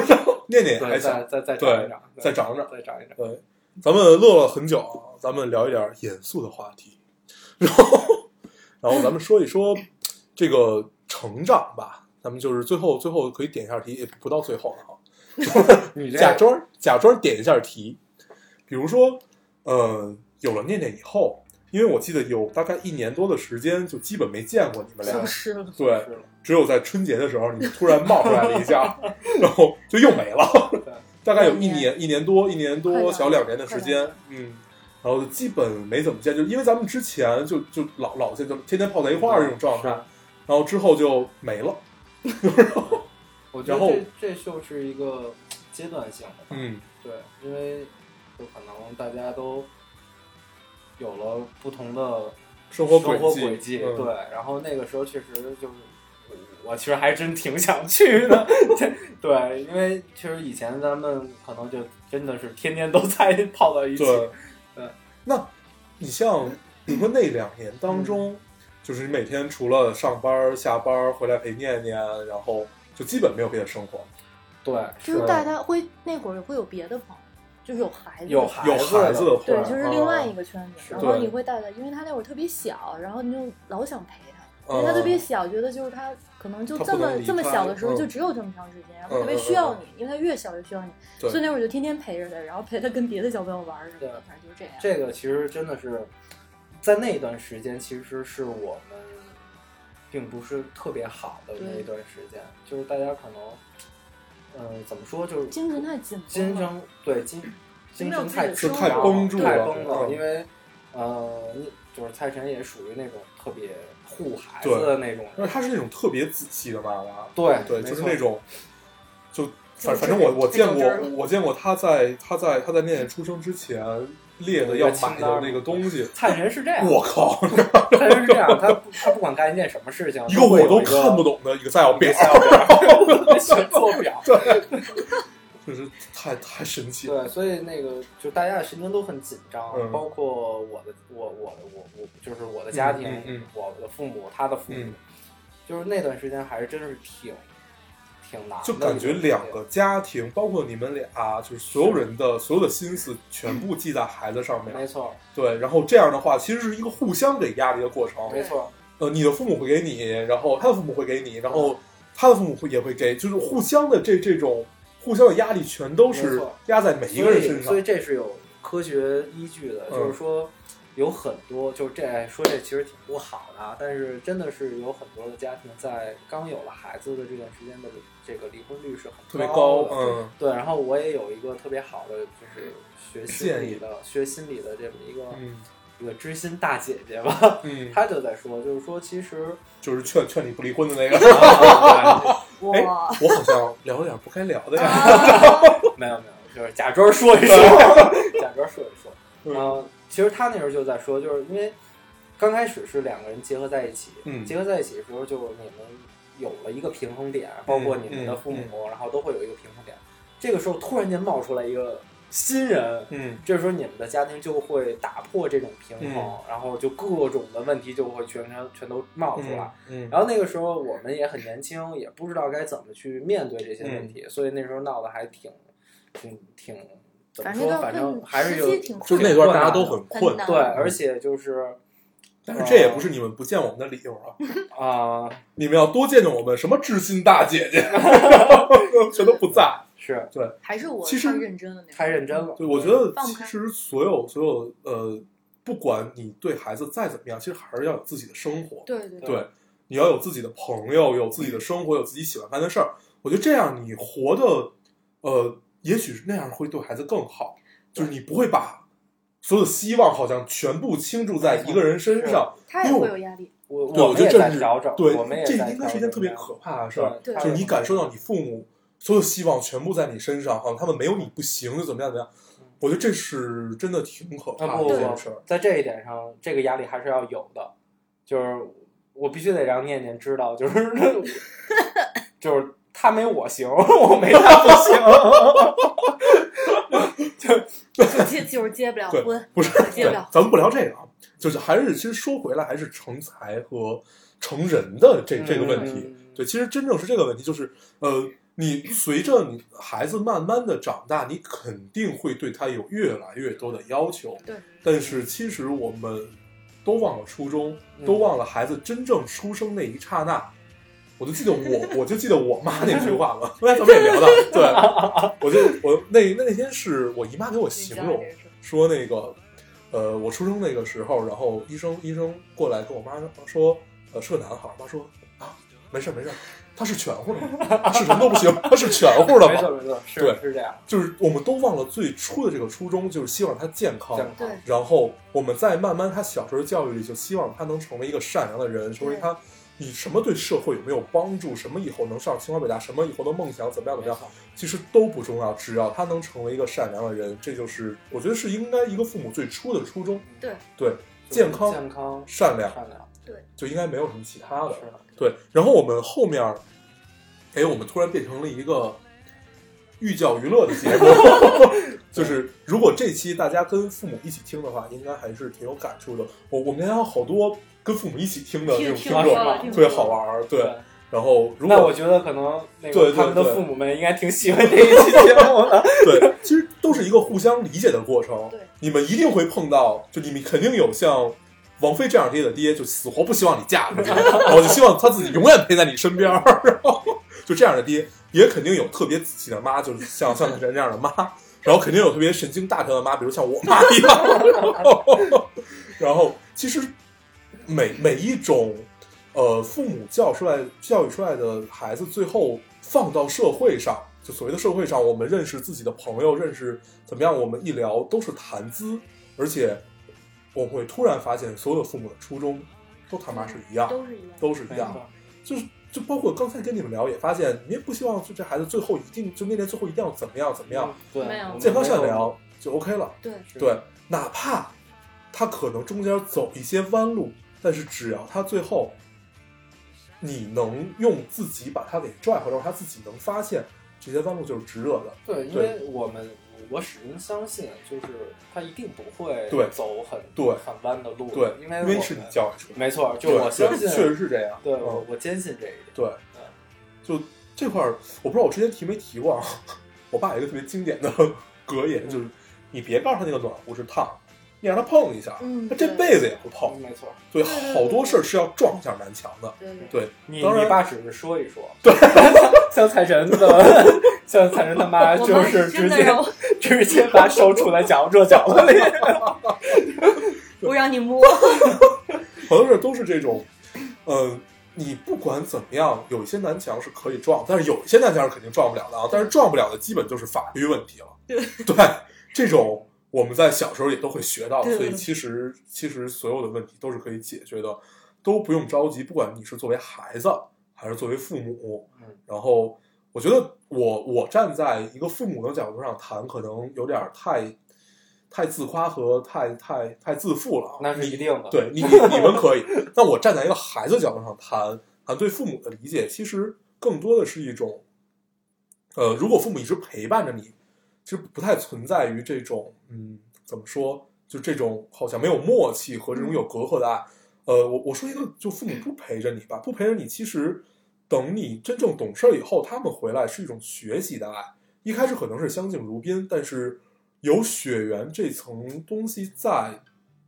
Speaker 3: 念念也还
Speaker 4: 对，
Speaker 3: 小
Speaker 4: 再，再再
Speaker 3: 对
Speaker 4: 长一长，
Speaker 3: 再长长。
Speaker 4: 再长一长。
Speaker 3: 对，啊咱们乐了很久，咱们聊一点严肃的话题，然后，然后咱们说一说这个成长吧，咱们就是最后最后可以点一下题，也不到最后了啊，
Speaker 4: 你这
Speaker 3: 假装假装点一下题，比如说，呃，有了念念以后，因为我记得有大概一年多的时间，就基本没见过你们俩
Speaker 5: 消，失了。
Speaker 3: 对，只有在春节的时候，你们突然冒出来了一下，然后就又没了，大概有一
Speaker 5: 半
Speaker 3: 年一年多一年
Speaker 5: 快
Speaker 3: 多
Speaker 5: 两
Speaker 3: 小两年的时
Speaker 5: 快两
Speaker 3: 间，嗯，然后就基本没怎么见，就因为咱们之前就就老老见，就天天泡在一块儿这种状态，然后之后就没了，
Speaker 4: 我觉得
Speaker 3: 然后
Speaker 4: 这这就是一个阶段性的吧，
Speaker 3: 嗯
Speaker 4: 对，因为有可能大家都有了不同的
Speaker 3: 生活
Speaker 4: 生
Speaker 3: 轨
Speaker 4: 活
Speaker 3: 迹，
Speaker 4: 轨迹，
Speaker 3: 嗯
Speaker 4: 对，然后那个时候确实就是。我其实还真挺想去的， 对，因为确实以前咱们可能就真的是天天都在 泡到一起，
Speaker 3: 对，
Speaker 4: 对
Speaker 3: 那你像你说那两年
Speaker 4: 嗯
Speaker 3: 当中，就是你每天除了上班、下班回来陪念念，然后就基本没有别的生活。
Speaker 4: 对，
Speaker 5: 就是大家会那会儿会有别的朋友，就是有孩子，
Speaker 4: 有
Speaker 3: 有孩子的话，嗯
Speaker 5: 对，就是另外一
Speaker 3: 个，
Speaker 5: 个圈子。
Speaker 4: 是
Speaker 5: 然后
Speaker 3: 对
Speaker 5: 你会带他，因为他那会儿特别小，然后你就老想陪他，
Speaker 3: 嗯
Speaker 5: 因为他特别小，觉得就是他可能就
Speaker 3: 他不
Speaker 5: 这么
Speaker 3: 能离
Speaker 5: 这么
Speaker 3: 开
Speaker 5: 小的时候
Speaker 3: 嗯
Speaker 5: 就只有这么长时间，然后
Speaker 3: 嗯
Speaker 5: 特别
Speaker 3: 嗯
Speaker 5: 需
Speaker 3: 嗯
Speaker 5: 要
Speaker 3: 嗯
Speaker 5: 你，因为他越小越需要你，
Speaker 3: 对
Speaker 5: 所以那会儿就天天陪着他，然后陪他跟别的小朋友玩儿什么
Speaker 4: 对
Speaker 5: 的，反正就是这样。
Speaker 4: 这个其实真的是在那一段时间，其实是我们并不是特别好的那一段时间，就是大家可能，嗯、怎么说，就是
Speaker 5: 精神太
Speaker 3: 嗯
Speaker 5: 紧
Speaker 4: 精
Speaker 5: 绷了，
Speaker 4: 神对精精神太
Speaker 5: 就
Speaker 3: 太绷住了
Speaker 4: 太绷了，
Speaker 3: 嗯
Speaker 4: 因为呃，你就是蔡晨也属于那种特别护孩子的那种
Speaker 3: 因为，
Speaker 4: 人
Speaker 3: 她是那种特别仔细的妈妈，
Speaker 4: 对
Speaker 3: 对，
Speaker 4: 没
Speaker 3: 就是
Speaker 4: 错
Speaker 3: 那种，就
Speaker 5: 较
Speaker 3: 反
Speaker 5: 真儿
Speaker 3: 反正我我见
Speaker 5: 较
Speaker 3: 过
Speaker 5: 真儿，
Speaker 3: 我见过她在她在她在念念出生之前列的要买的那个东西，
Speaker 4: 蔡晨是这 样，
Speaker 3: 我 靠，
Speaker 4: 蔡晨是这样，他不他不管干一件什么事情，
Speaker 3: 一个我都看不
Speaker 4: 懂
Speaker 3: 懂的 Excel 表，
Speaker 4: 选错表，
Speaker 3: 就是太太神奇了，
Speaker 4: 对，所以那个就大家的神经都很紧张，
Speaker 3: 嗯
Speaker 4: 包括我的我我我我就是我的家庭，
Speaker 3: 嗯嗯嗯
Speaker 4: 我的父母，他的父母，
Speaker 3: 嗯
Speaker 4: 就是那段时间还是真是挺挺难的，
Speaker 3: 就感觉两个家庭，包括你们俩，就是所有人的所有的心思全部记在孩子上
Speaker 4: 没
Speaker 3: 面。
Speaker 4: 错
Speaker 3: 对，然后这样的话，其实是一个互相给压力的过程。
Speaker 4: 没错，
Speaker 3: 呃，你的父母会给你，然后他的父母会给你，然后他的父母会也会给，就是互相的这这种互相的压力，全都
Speaker 4: 没
Speaker 3: 是
Speaker 4: 错
Speaker 3: 压在每一个人身
Speaker 4: 所以所以
Speaker 3: 上。
Speaker 4: 这是有科学依据的，
Speaker 3: 嗯
Speaker 4: 就是说有很多，就是这哎说这其实挺不好的，啊，但是真的是有很多的家庭在刚有了孩子的这段时间的这个离婚率是很
Speaker 3: 特别高
Speaker 4: 高的，，
Speaker 3: 嗯，
Speaker 4: 对，然后我也有一个特别好的，就是学心理的、学心理的这么一个、
Speaker 3: 嗯
Speaker 4: 一个知心大姐姐吧，
Speaker 3: 嗯，
Speaker 4: 她就在说，就是说其实，
Speaker 3: 就是劝劝你不离婚的那 个。哎，
Speaker 5: 哇，
Speaker 3: 我好像聊了点不该聊的呀。
Speaker 4: 啊没有没有，就是假装说一说， 假装说一说。
Speaker 3: 嗯
Speaker 4: 然后其实她那时候就在说，就是因为刚开始是两个人结合在一起，
Speaker 3: 嗯
Speaker 4: 结合在一起的时候，就是你们有了一个平衡点，
Speaker 3: 嗯
Speaker 4: 包括你们的父母，然后都会有一个平衡点。这个时候突然间冒出来一个新人，
Speaker 3: 嗯，
Speaker 4: 这时候你们的家庭就会打破这种平衡，
Speaker 3: 嗯
Speaker 4: 然后就各种的问题就会全全全都冒出来。
Speaker 3: 嗯，
Speaker 4: 然后那个时候我们也很年轻，也不知道该怎么去面对这些
Speaker 3: 嗯
Speaker 4: 问题，所以那时候闹得还挺挺挺怎么
Speaker 5: 反
Speaker 4: 说，
Speaker 5: 正那段
Speaker 4: 反正
Speaker 5: 困
Speaker 4: 还是有
Speaker 5: 时期挺
Speaker 3: 就是那段大家都很困
Speaker 5: 很，难
Speaker 4: 对，而且就是哦
Speaker 3: 但是这也不是你们不见我们的理由啊。
Speaker 4: 啊、
Speaker 3: 你们要多见见我们什么知心大姐 姐，全都不在。
Speaker 4: 是
Speaker 5: 还是我
Speaker 3: 其实
Speaker 5: 太认真了那会儿
Speaker 4: 太认真了。
Speaker 3: 对，我觉得
Speaker 5: 放不
Speaker 3: 其
Speaker 5: 开
Speaker 3: 实所有所有呃，不管你对孩子再怎么样，其实还是要有自己的生活。
Speaker 5: 对对
Speaker 4: 对
Speaker 3: 对，你要有自己的朋友，有自己的生活，有自己喜欢干的事儿。我觉得这样你活的，呃，也许那样会对孩子更好。就是你不会把所有的希望好像全部倾注在一个人身上。
Speaker 5: 他也会有 压力，
Speaker 4: 我
Speaker 3: 对，
Speaker 4: 我
Speaker 3: 我
Speaker 4: 们
Speaker 3: 觉得
Speaker 4: 也
Speaker 3: 这
Speaker 4: 在
Speaker 3: 是
Speaker 4: 调整，
Speaker 3: 对
Speaker 4: 我们也，
Speaker 3: 这
Speaker 4: 在
Speaker 3: 应该是一件特别可怕的事儿。
Speaker 5: 对
Speaker 3: 就是你感受到你父母所有希望全部在你身上，好像他们没有你不行，就怎么样怎么样。我觉得这是真的挺可
Speaker 4: 嗯啊
Speaker 3: 怕的
Speaker 4: 不
Speaker 3: 一
Speaker 4: 不
Speaker 3: 件
Speaker 4: 不
Speaker 3: 事儿。，
Speaker 4: 在这一点上，这个压力还是要有的，就是我必须得让念念知道，就是 就是他没我行，我没他不行。
Speaker 5: 就接就是结不了
Speaker 3: 对
Speaker 5: 婚，，
Speaker 3: 不是，
Speaker 5: 接不了
Speaker 3: 咱们不聊这个啊，就是还是其实说回来，还是成才和成人的这这个问题。
Speaker 4: 嗯
Speaker 3: 对，其实真正是这个问题，就是呃，你随着你孩子慢慢的长大，你肯定会对他有越来越多的要求。
Speaker 5: 对，
Speaker 3: 但是其实我们都忘了初衷，
Speaker 4: 嗯
Speaker 3: 都忘了孩子真正出生那一刹那。我就记得我，我就记得我妈那句话了。刚才咱们也聊到，对，我就我那那那天是我姨妈给我形容，说那个，呃，我出生那个时候，然后医生医生过来跟我妈说说，呃，是个男孩儿。我妈说啊，没事儿没事儿，他是全乎的嘛，他是什么都不行，他是全乎的
Speaker 4: 没错
Speaker 3: 嘛。
Speaker 4: 没错，是
Speaker 3: 对
Speaker 4: 是这样，
Speaker 3: 就是我们都忘了最初的这个初衷，就是希望他健康。
Speaker 4: 健康
Speaker 5: 对，
Speaker 3: 然后我们再慢慢，他小时候教育里就希望他能成为一个善良的人，成为他，你什么对社会有没有帮助，什么以后能上清华北大，什么以后的梦想怎么样怎么样，其实都不重要，只要他能成为一个善良的人，这就是我觉得是应该一个父母最初的初衷。
Speaker 5: 对
Speaker 3: 对，
Speaker 4: 就是
Speaker 3: 健康
Speaker 4: 健康
Speaker 3: 善良
Speaker 4: 善良，
Speaker 3: 就应该没有什么其他的。
Speaker 4: 是的，
Speaker 3: 对，然后我们后面儿，哎，我们突然变成了一个寓教于乐的节目， 就是如果这期大家跟父母一起听的话，应该还是挺有感触的。我我们家有好多跟父母一起听的这
Speaker 5: 听
Speaker 3: 种
Speaker 5: 听
Speaker 3: 听
Speaker 5: 说
Speaker 3: 众，啊
Speaker 5: 了，听
Speaker 3: 特别
Speaker 5: 说
Speaker 3: 好
Speaker 5: 了。
Speaker 3: 玩儿。对，然后如
Speaker 4: 那我
Speaker 3: 果
Speaker 4: 觉得可能那
Speaker 3: 对对
Speaker 4: 个他们的
Speaker 3: 对
Speaker 4: 父母们应该挺喜欢这一期节目 的。
Speaker 3: 对，其实都是一个互相理解的过程
Speaker 5: 对。
Speaker 3: 你们一定会碰到，就你们肯定有像。王菲这样爹的爹，就死活不希望你嫁出去， 我就希望他自己永远陪在你身边儿。然后就这样的爹，也肯定有特别仔细的妈，就是像像她这样的妈，然后肯定有特别神经大条的妈，比如像我妈一样。然后 然后其实每每一种呃父母教出来、教育出来的孩子，最后放到社会上，就所谓的社会上，我们认识自己的朋友，认识怎么样，我们一聊都是谈资，而且我们会突然发现，所有的父母的初衷都他妈是一样的，
Speaker 5: 都是一样。
Speaker 3: 都是一样的。就是就包括刚才跟你们聊也发现，你也不希望就这孩子最后一定就那年最后一定要怎么样怎么样，
Speaker 4: 对
Speaker 5: 没有
Speaker 3: 健康善良，就 OK 了。
Speaker 5: 对，
Speaker 4: 嗯是
Speaker 3: 对，哪怕他可能中间走一些弯路，但是只要他最后你能用自己把他给拽回来，让他自己能发现这些弯路就是值得的。
Speaker 4: 对，因为我们我始终相信，就是他一定不会
Speaker 3: 对
Speaker 4: 走很
Speaker 3: 对
Speaker 4: 很弯的路，
Speaker 3: 对，
Speaker 4: 因
Speaker 3: 因
Speaker 4: 为我们
Speaker 3: 是你教育出来的，
Speaker 4: 没错，就
Speaker 3: 对
Speaker 4: 我相
Speaker 3: 确
Speaker 4: 信，
Speaker 3: 确实是这样。
Speaker 4: 对
Speaker 3: 嗯
Speaker 4: 我我坚信这一点，
Speaker 3: 对，就这块儿，我不知道我之前提没提过啊。 我爸有一个特别经典的格
Speaker 5: 嗯
Speaker 3: 言，就是你别告诉他那个暖壶是烫的，你让他碰一下，
Speaker 5: 嗯
Speaker 3: 他这
Speaker 5: 对
Speaker 3: 辈子也不碰。
Speaker 4: 没错。
Speaker 3: 所以
Speaker 5: 对对
Speaker 3: 好多事儿是要撞一下南墙的。
Speaker 5: 对对
Speaker 3: 对，
Speaker 4: 你
Speaker 3: 当然
Speaker 4: 你爸只是说一说，对， 像财神的， 像财神他妈
Speaker 5: 我
Speaker 4: 就
Speaker 5: 妈
Speaker 4: 是
Speaker 5: 真
Speaker 4: 直
Speaker 5: 的
Speaker 4: 接
Speaker 5: 让我
Speaker 4: 直接把手杵在脚桌角子里，
Speaker 5: 不让你摸，
Speaker 3: 好多事儿都是这种，嗯，你不管怎么样，有一些南墙是可以撞，但是有一些南墙是肯定撞不了的啊。但是撞不了的，基本就是法律问题了。对，这种我们在小时候也都会学到，
Speaker 5: 对
Speaker 3: 所以其实其实所有的问题都是可以解决的，都不用着急。不管你是作为孩子还是作为父母，
Speaker 4: 嗯
Speaker 3: 然后我觉得我我站在一个父母的角度上谈，可能有点儿太。太自夸和太太太自负了啊，
Speaker 4: 那是一定的。，
Speaker 3: 对你，你你们可以。但我站在一个孩子角度上谈，谈对父母的理解，其实更多的是一种，呃，如果父母一直陪伴着你，其实不太存在于这种，嗯，怎么说，就这种好像没有默契和这种有隔阂的爱。呃，我我说一个，就父母不陪着你吧，不陪着你，其实等你真正懂事儿以后，他们回来是一种学习的爱。一开始可能是相敬如宾，但是有血缘这层东西在，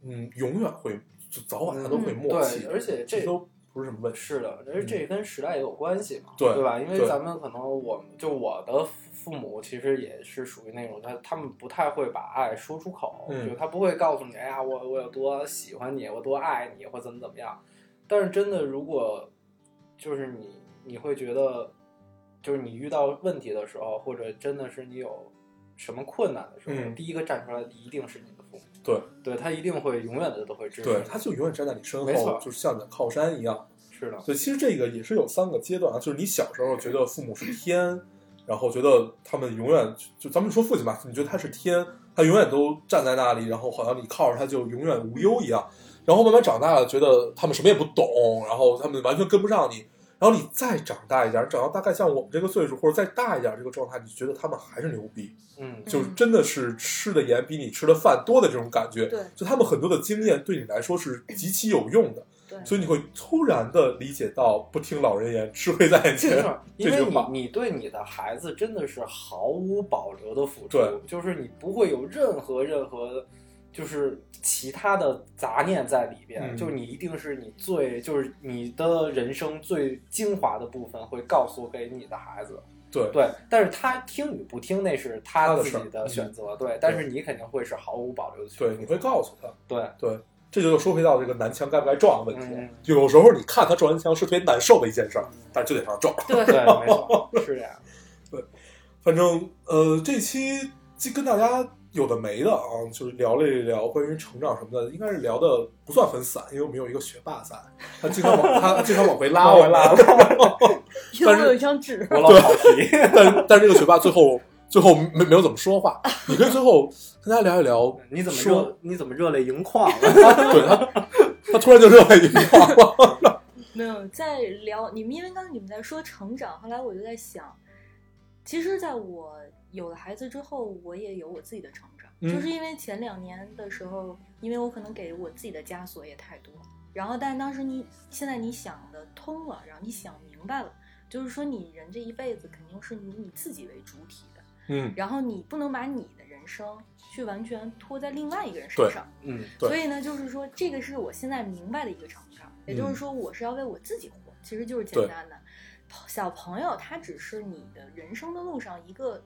Speaker 3: 嗯，永远会就早晚它都会默契
Speaker 4: 嗯
Speaker 3: 的、
Speaker 4: 对而且这
Speaker 3: 都不是什么问题。
Speaker 4: 是的，而这跟时代也有关系嘛，
Speaker 3: 对
Speaker 4: 对吧？因为
Speaker 3: 对
Speaker 4: 咱们可能我就我的父母其实也是属于那种他他们不太会把爱说出口，
Speaker 3: 嗯
Speaker 4: 就他不会告诉你，哎呀，我我有多喜欢你，我多爱你，或怎么怎么样。但是真的，如果就是你，你会觉得，就是你遇到问题的时候，或者真的是你有什么困难的时候，
Speaker 3: 嗯
Speaker 4: 第一个站出来的一定是你的父母，
Speaker 3: 对，
Speaker 4: 对他一定会永远的都会支持
Speaker 3: 对
Speaker 4: 你，，
Speaker 3: 他就永远站在你身
Speaker 4: 没错
Speaker 3: 后，就是像你的靠山一样。
Speaker 4: 是的，
Speaker 3: 所以其实这个也是有三个阶段啊，就是你小时候觉得父母是天，然后觉得他们永远就咱们说父亲吧，你觉得他是天，他永远都站在那里，然后好像你靠着他就永远无忧一样。然后慢慢长大了，觉得他们什么也不懂，然后他们完全跟不上你。然后你再长大一点，长到大概像我们这个岁数，或者再大一点这个状态，你觉得他们还是牛逼，
Speaker 4: 嗯，
Speaker 3: 就是真的是吃的盐比你吃的饭多的这种感觉。
Speaker 5: 对
Speaker 3: 就他们很多的经验对你来说是极其有用的，
Speaker 5: 对
Speaker 3: 所以你会突然的理解到不听老人言，吃亏在眼
Speaker 4: 没
Speaker 3: 前。
Speaker 4: 错，因
Speaker 3: 这
Speaker 4: 为
Speaker 3: 句
Speaker 4: 你
Speaker 3: 话
Speaker 4: 你对你的孩子真的是毫无保留的付出
Speaker 3: 对，
Speaker 4: 就是你不会有任何任何，就是其他的杂念在里边，
Speaker 3: 嗯
Speaker 4: 就是你一定是你最就是你的人生最精华的部分会告诉给你的孩子，
Speaker 3: 对
Speaker 4: 对，但是他听与不听那是他
Speaker 3: 他的
Speaker 4: 自
Speaker 3: 事儿
Speaker 4: 己的
Speaker 3: 嗯
Speaker 4: 选择，对，但是你肯定会是毫无保留的去
Speaker 3: 对，你会告诉他，
Speaker 4: 对，
Speaker 3: 对，这就说回到这个南墙该不该撞的问题。
Speaker 4: 嗯
Speaker 3: 有时候你看他撞完墙是特别难受的一件事儿，但是就得让他撞。
Speaker 5: 对
Speaker 4: 对，没错，是这样，
Speaker 3: 反正呃，这期就跟大家有的没的啊，就是聊了一聊关于成长什么的，应该是聊的不算很散，因为我们有一个学霸在，他经常往他经常往回 拉我们，
Speaker 4: 拉
Speaker 5: 因为我有一张纸，
Speaker 4: 我老跑题，
Speaker 3: 但但是这个学霸最后最后没没有怎么说话，你可以最后跟大家聊一聊，
Speaker 4: 你怎么
Speaker 3: 说啊
Speaker 4: 热你怎么热泪盈眶了？
Speaker 3: 对他他突然就热泪盈眶了，
Speaker 5: 没有在聊你们，因为刚才你们在说成长，后来我就在想，其实在我有了孩子之后，我也有我自己的成长，
Speaker 3: 嗯
Speaker 5: 就是因为前两年的时候，因为我可能给我自己的枷锁也太多，然后但当时你现在你想的通了，然后你想明白了，就是说你人这一辈子肯定是以你自己为主体的，
Speaker 3: 嗯，
Speaker 5: 然后你不能把你的人生去完全拖在另外一个人
Speaker 3: 对
Speaker 5: 身上。
Speaker 4: 嗯，
Speaker 3: 对
Speaker 5: 所以呢，就是说这个是我现在明白的一个成长，也就是说我是要为我自己活，其实就是简单的。小朋友他只是你的人生的路上一个，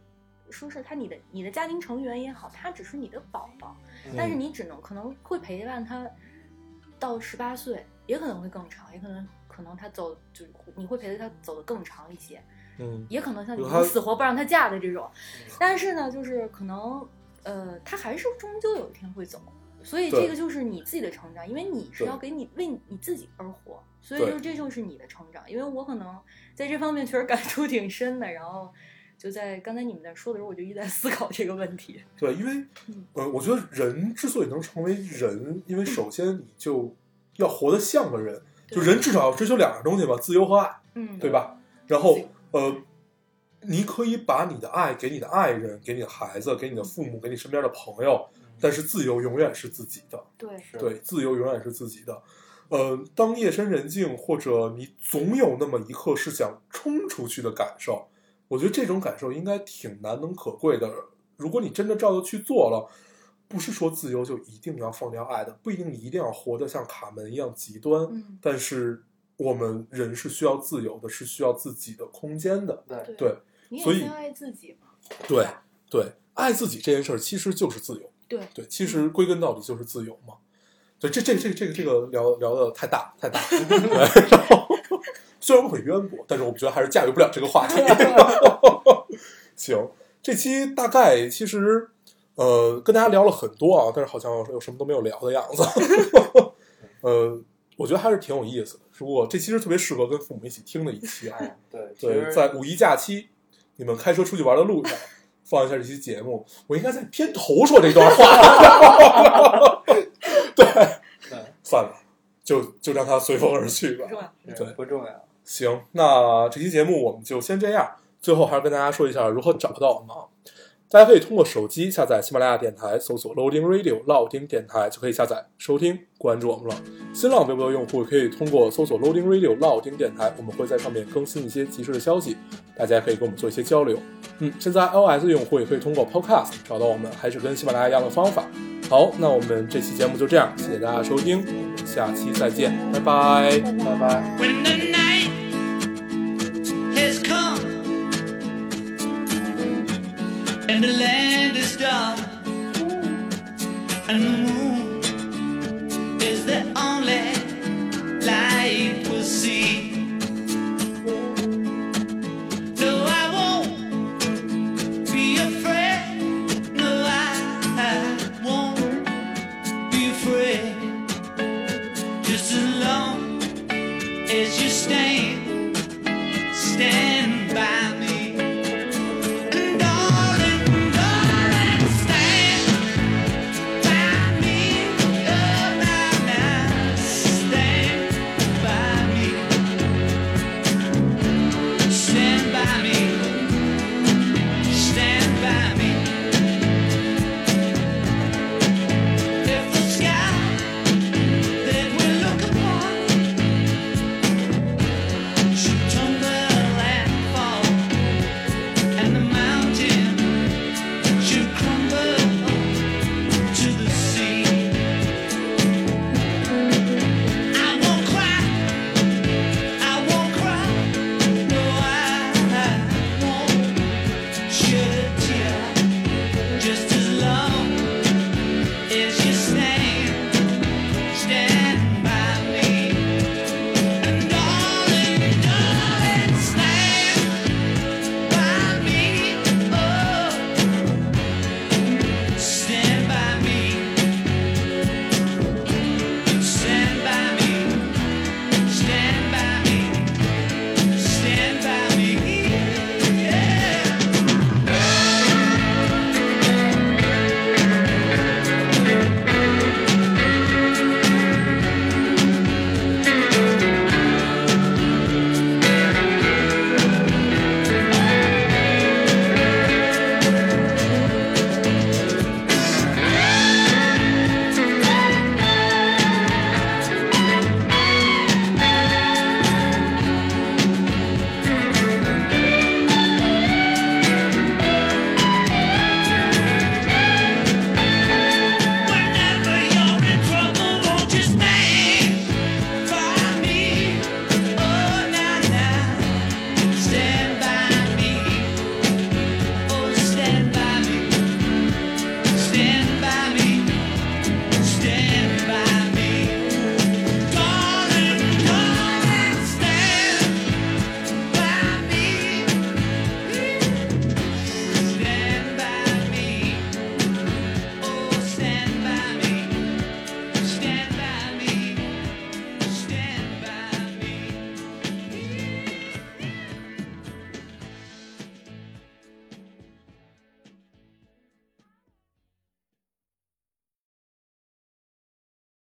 Speaker 5: 说是他你的你的家庭成员也好，他只是你的宝宝，
Speaker 3: 嗯
Speaker 5: 但是你只能可能会陪伴他到十八岁，也可能会更长，也可能可能他走就是你会陪着他走得更长一些。
Speaker 3: 嗯
Speaker 5: 也可能像你
Speaker 3: 有
Speaker 5: 们
Speaker 3: 他嗯
Speaker 5: 死活不让他嫁的这种，但是呢，就是可能，呃，他还是终究有一天会走，所以
Speaker 3: 对
Speaker 5: 这个就是你自己的成长，因为你是
Speaker 3: 对
Speaker 5: 要给你为你自己而活，所以
Speaker 3: 对
Speaker 5: 就这就是你的成长。因为我可能在这方面确实感触挺深的，然后就在刚才你们在说的时候，我就一直在思考这个问题。
Speaker 3: 对，因为
Speaker 5: 嗯
Speaker 3: 呃，我觉得人之所以能成为人，因为首先你就要活得像个人，就人至少要追求两样东西吧，自由和爱，
Speaker 5: 嗯，
Speaker 3: 对吧？然后
Speaker 5: 自由
Speaker 3: 呃，你可以把你的爱给你的爱人、给你的孩子、给你的父母、给你身边的朋友， 但是自由永远是自己的，
Speaker 5: 对，
Speaker 4: 是
Speaker 3: 对，自由永远是自己的。呃，当夜深人静，或者你总有那么一刻是想冲出去的感受，我觉得这种感受应该挺难能可贵的。如果你真的照着去做了，不是说自由就一定要放掉爱的，不一定你一定要活得像卡门一样极端。
Speaker 5: 嗯，
Speaker 3: 但是我们人是需要自由的，是需要自己的空间的。
Speaker 4: 对，
Speaker 3: 对
Speaker 5: 你
Speaker 3: 所
Speaker 5: 也
Speaker 3: 以
Speaker 5: 先爱自己嘛。
Speaker 3: 对
Speaker 5: 吧
Speaker 3: 对，爱自己这件事儿其实就是自由。
Speaker 5: 对，嗯
Speaker 3: 对，其实归根到底就是自由嘛。对，这这这这个这个聊聊的太大太大。 对，然后虽然我很渊博，但是我们觉得还是驾驭不了这个
Speaker 4: 哎
Speaker 3: 话题。 行，这期大概其实呃跟大家聊了很多啊，但是好像有什么都没有聊的样 子。呃，我觉得还是挺有意思的。如果这其实特别适合跟父母一起听的一期啊。
Speaker 4: 哎，对，其
Speaker 3: 对，
Speaker 4: 实
Speaker 3: 在五一假期，你们开车出去玩的路上放一下这期节目。我应该在片头说这段话。 对，
Speaker 4: 对
Speaker 3: 算了，就就让它随风而去吧
Speaker 5: 是。吧？
Speaker 4: 是
Speaker 3: 对
Speaker 4: 不重要。
Speaker 3: 行，那这期节目我们就先这样。最后还是跟大家说一下如何找到我们啊。大家可以通过手机下载喜马拉雅电台，搜索 Loading Radio 老丁电台就可以下载收听，关注我们了。新浪微博的用户可以通过搜索 Loading Radio 老丁电台，我们会在上面更新一些及时的消息，大家也可以跟我们做一些交流。嗯，现在 iOS 用户也可以通过 Podcast 找到我们，还是跟喜马拉雅一样的方法。好，那我们这期节目就这样，谢谢大家收听，我们下期再见，拜拜。
Speaker 4: 拜拜。
Speaker 6: When the night has come and the land is dark and the moon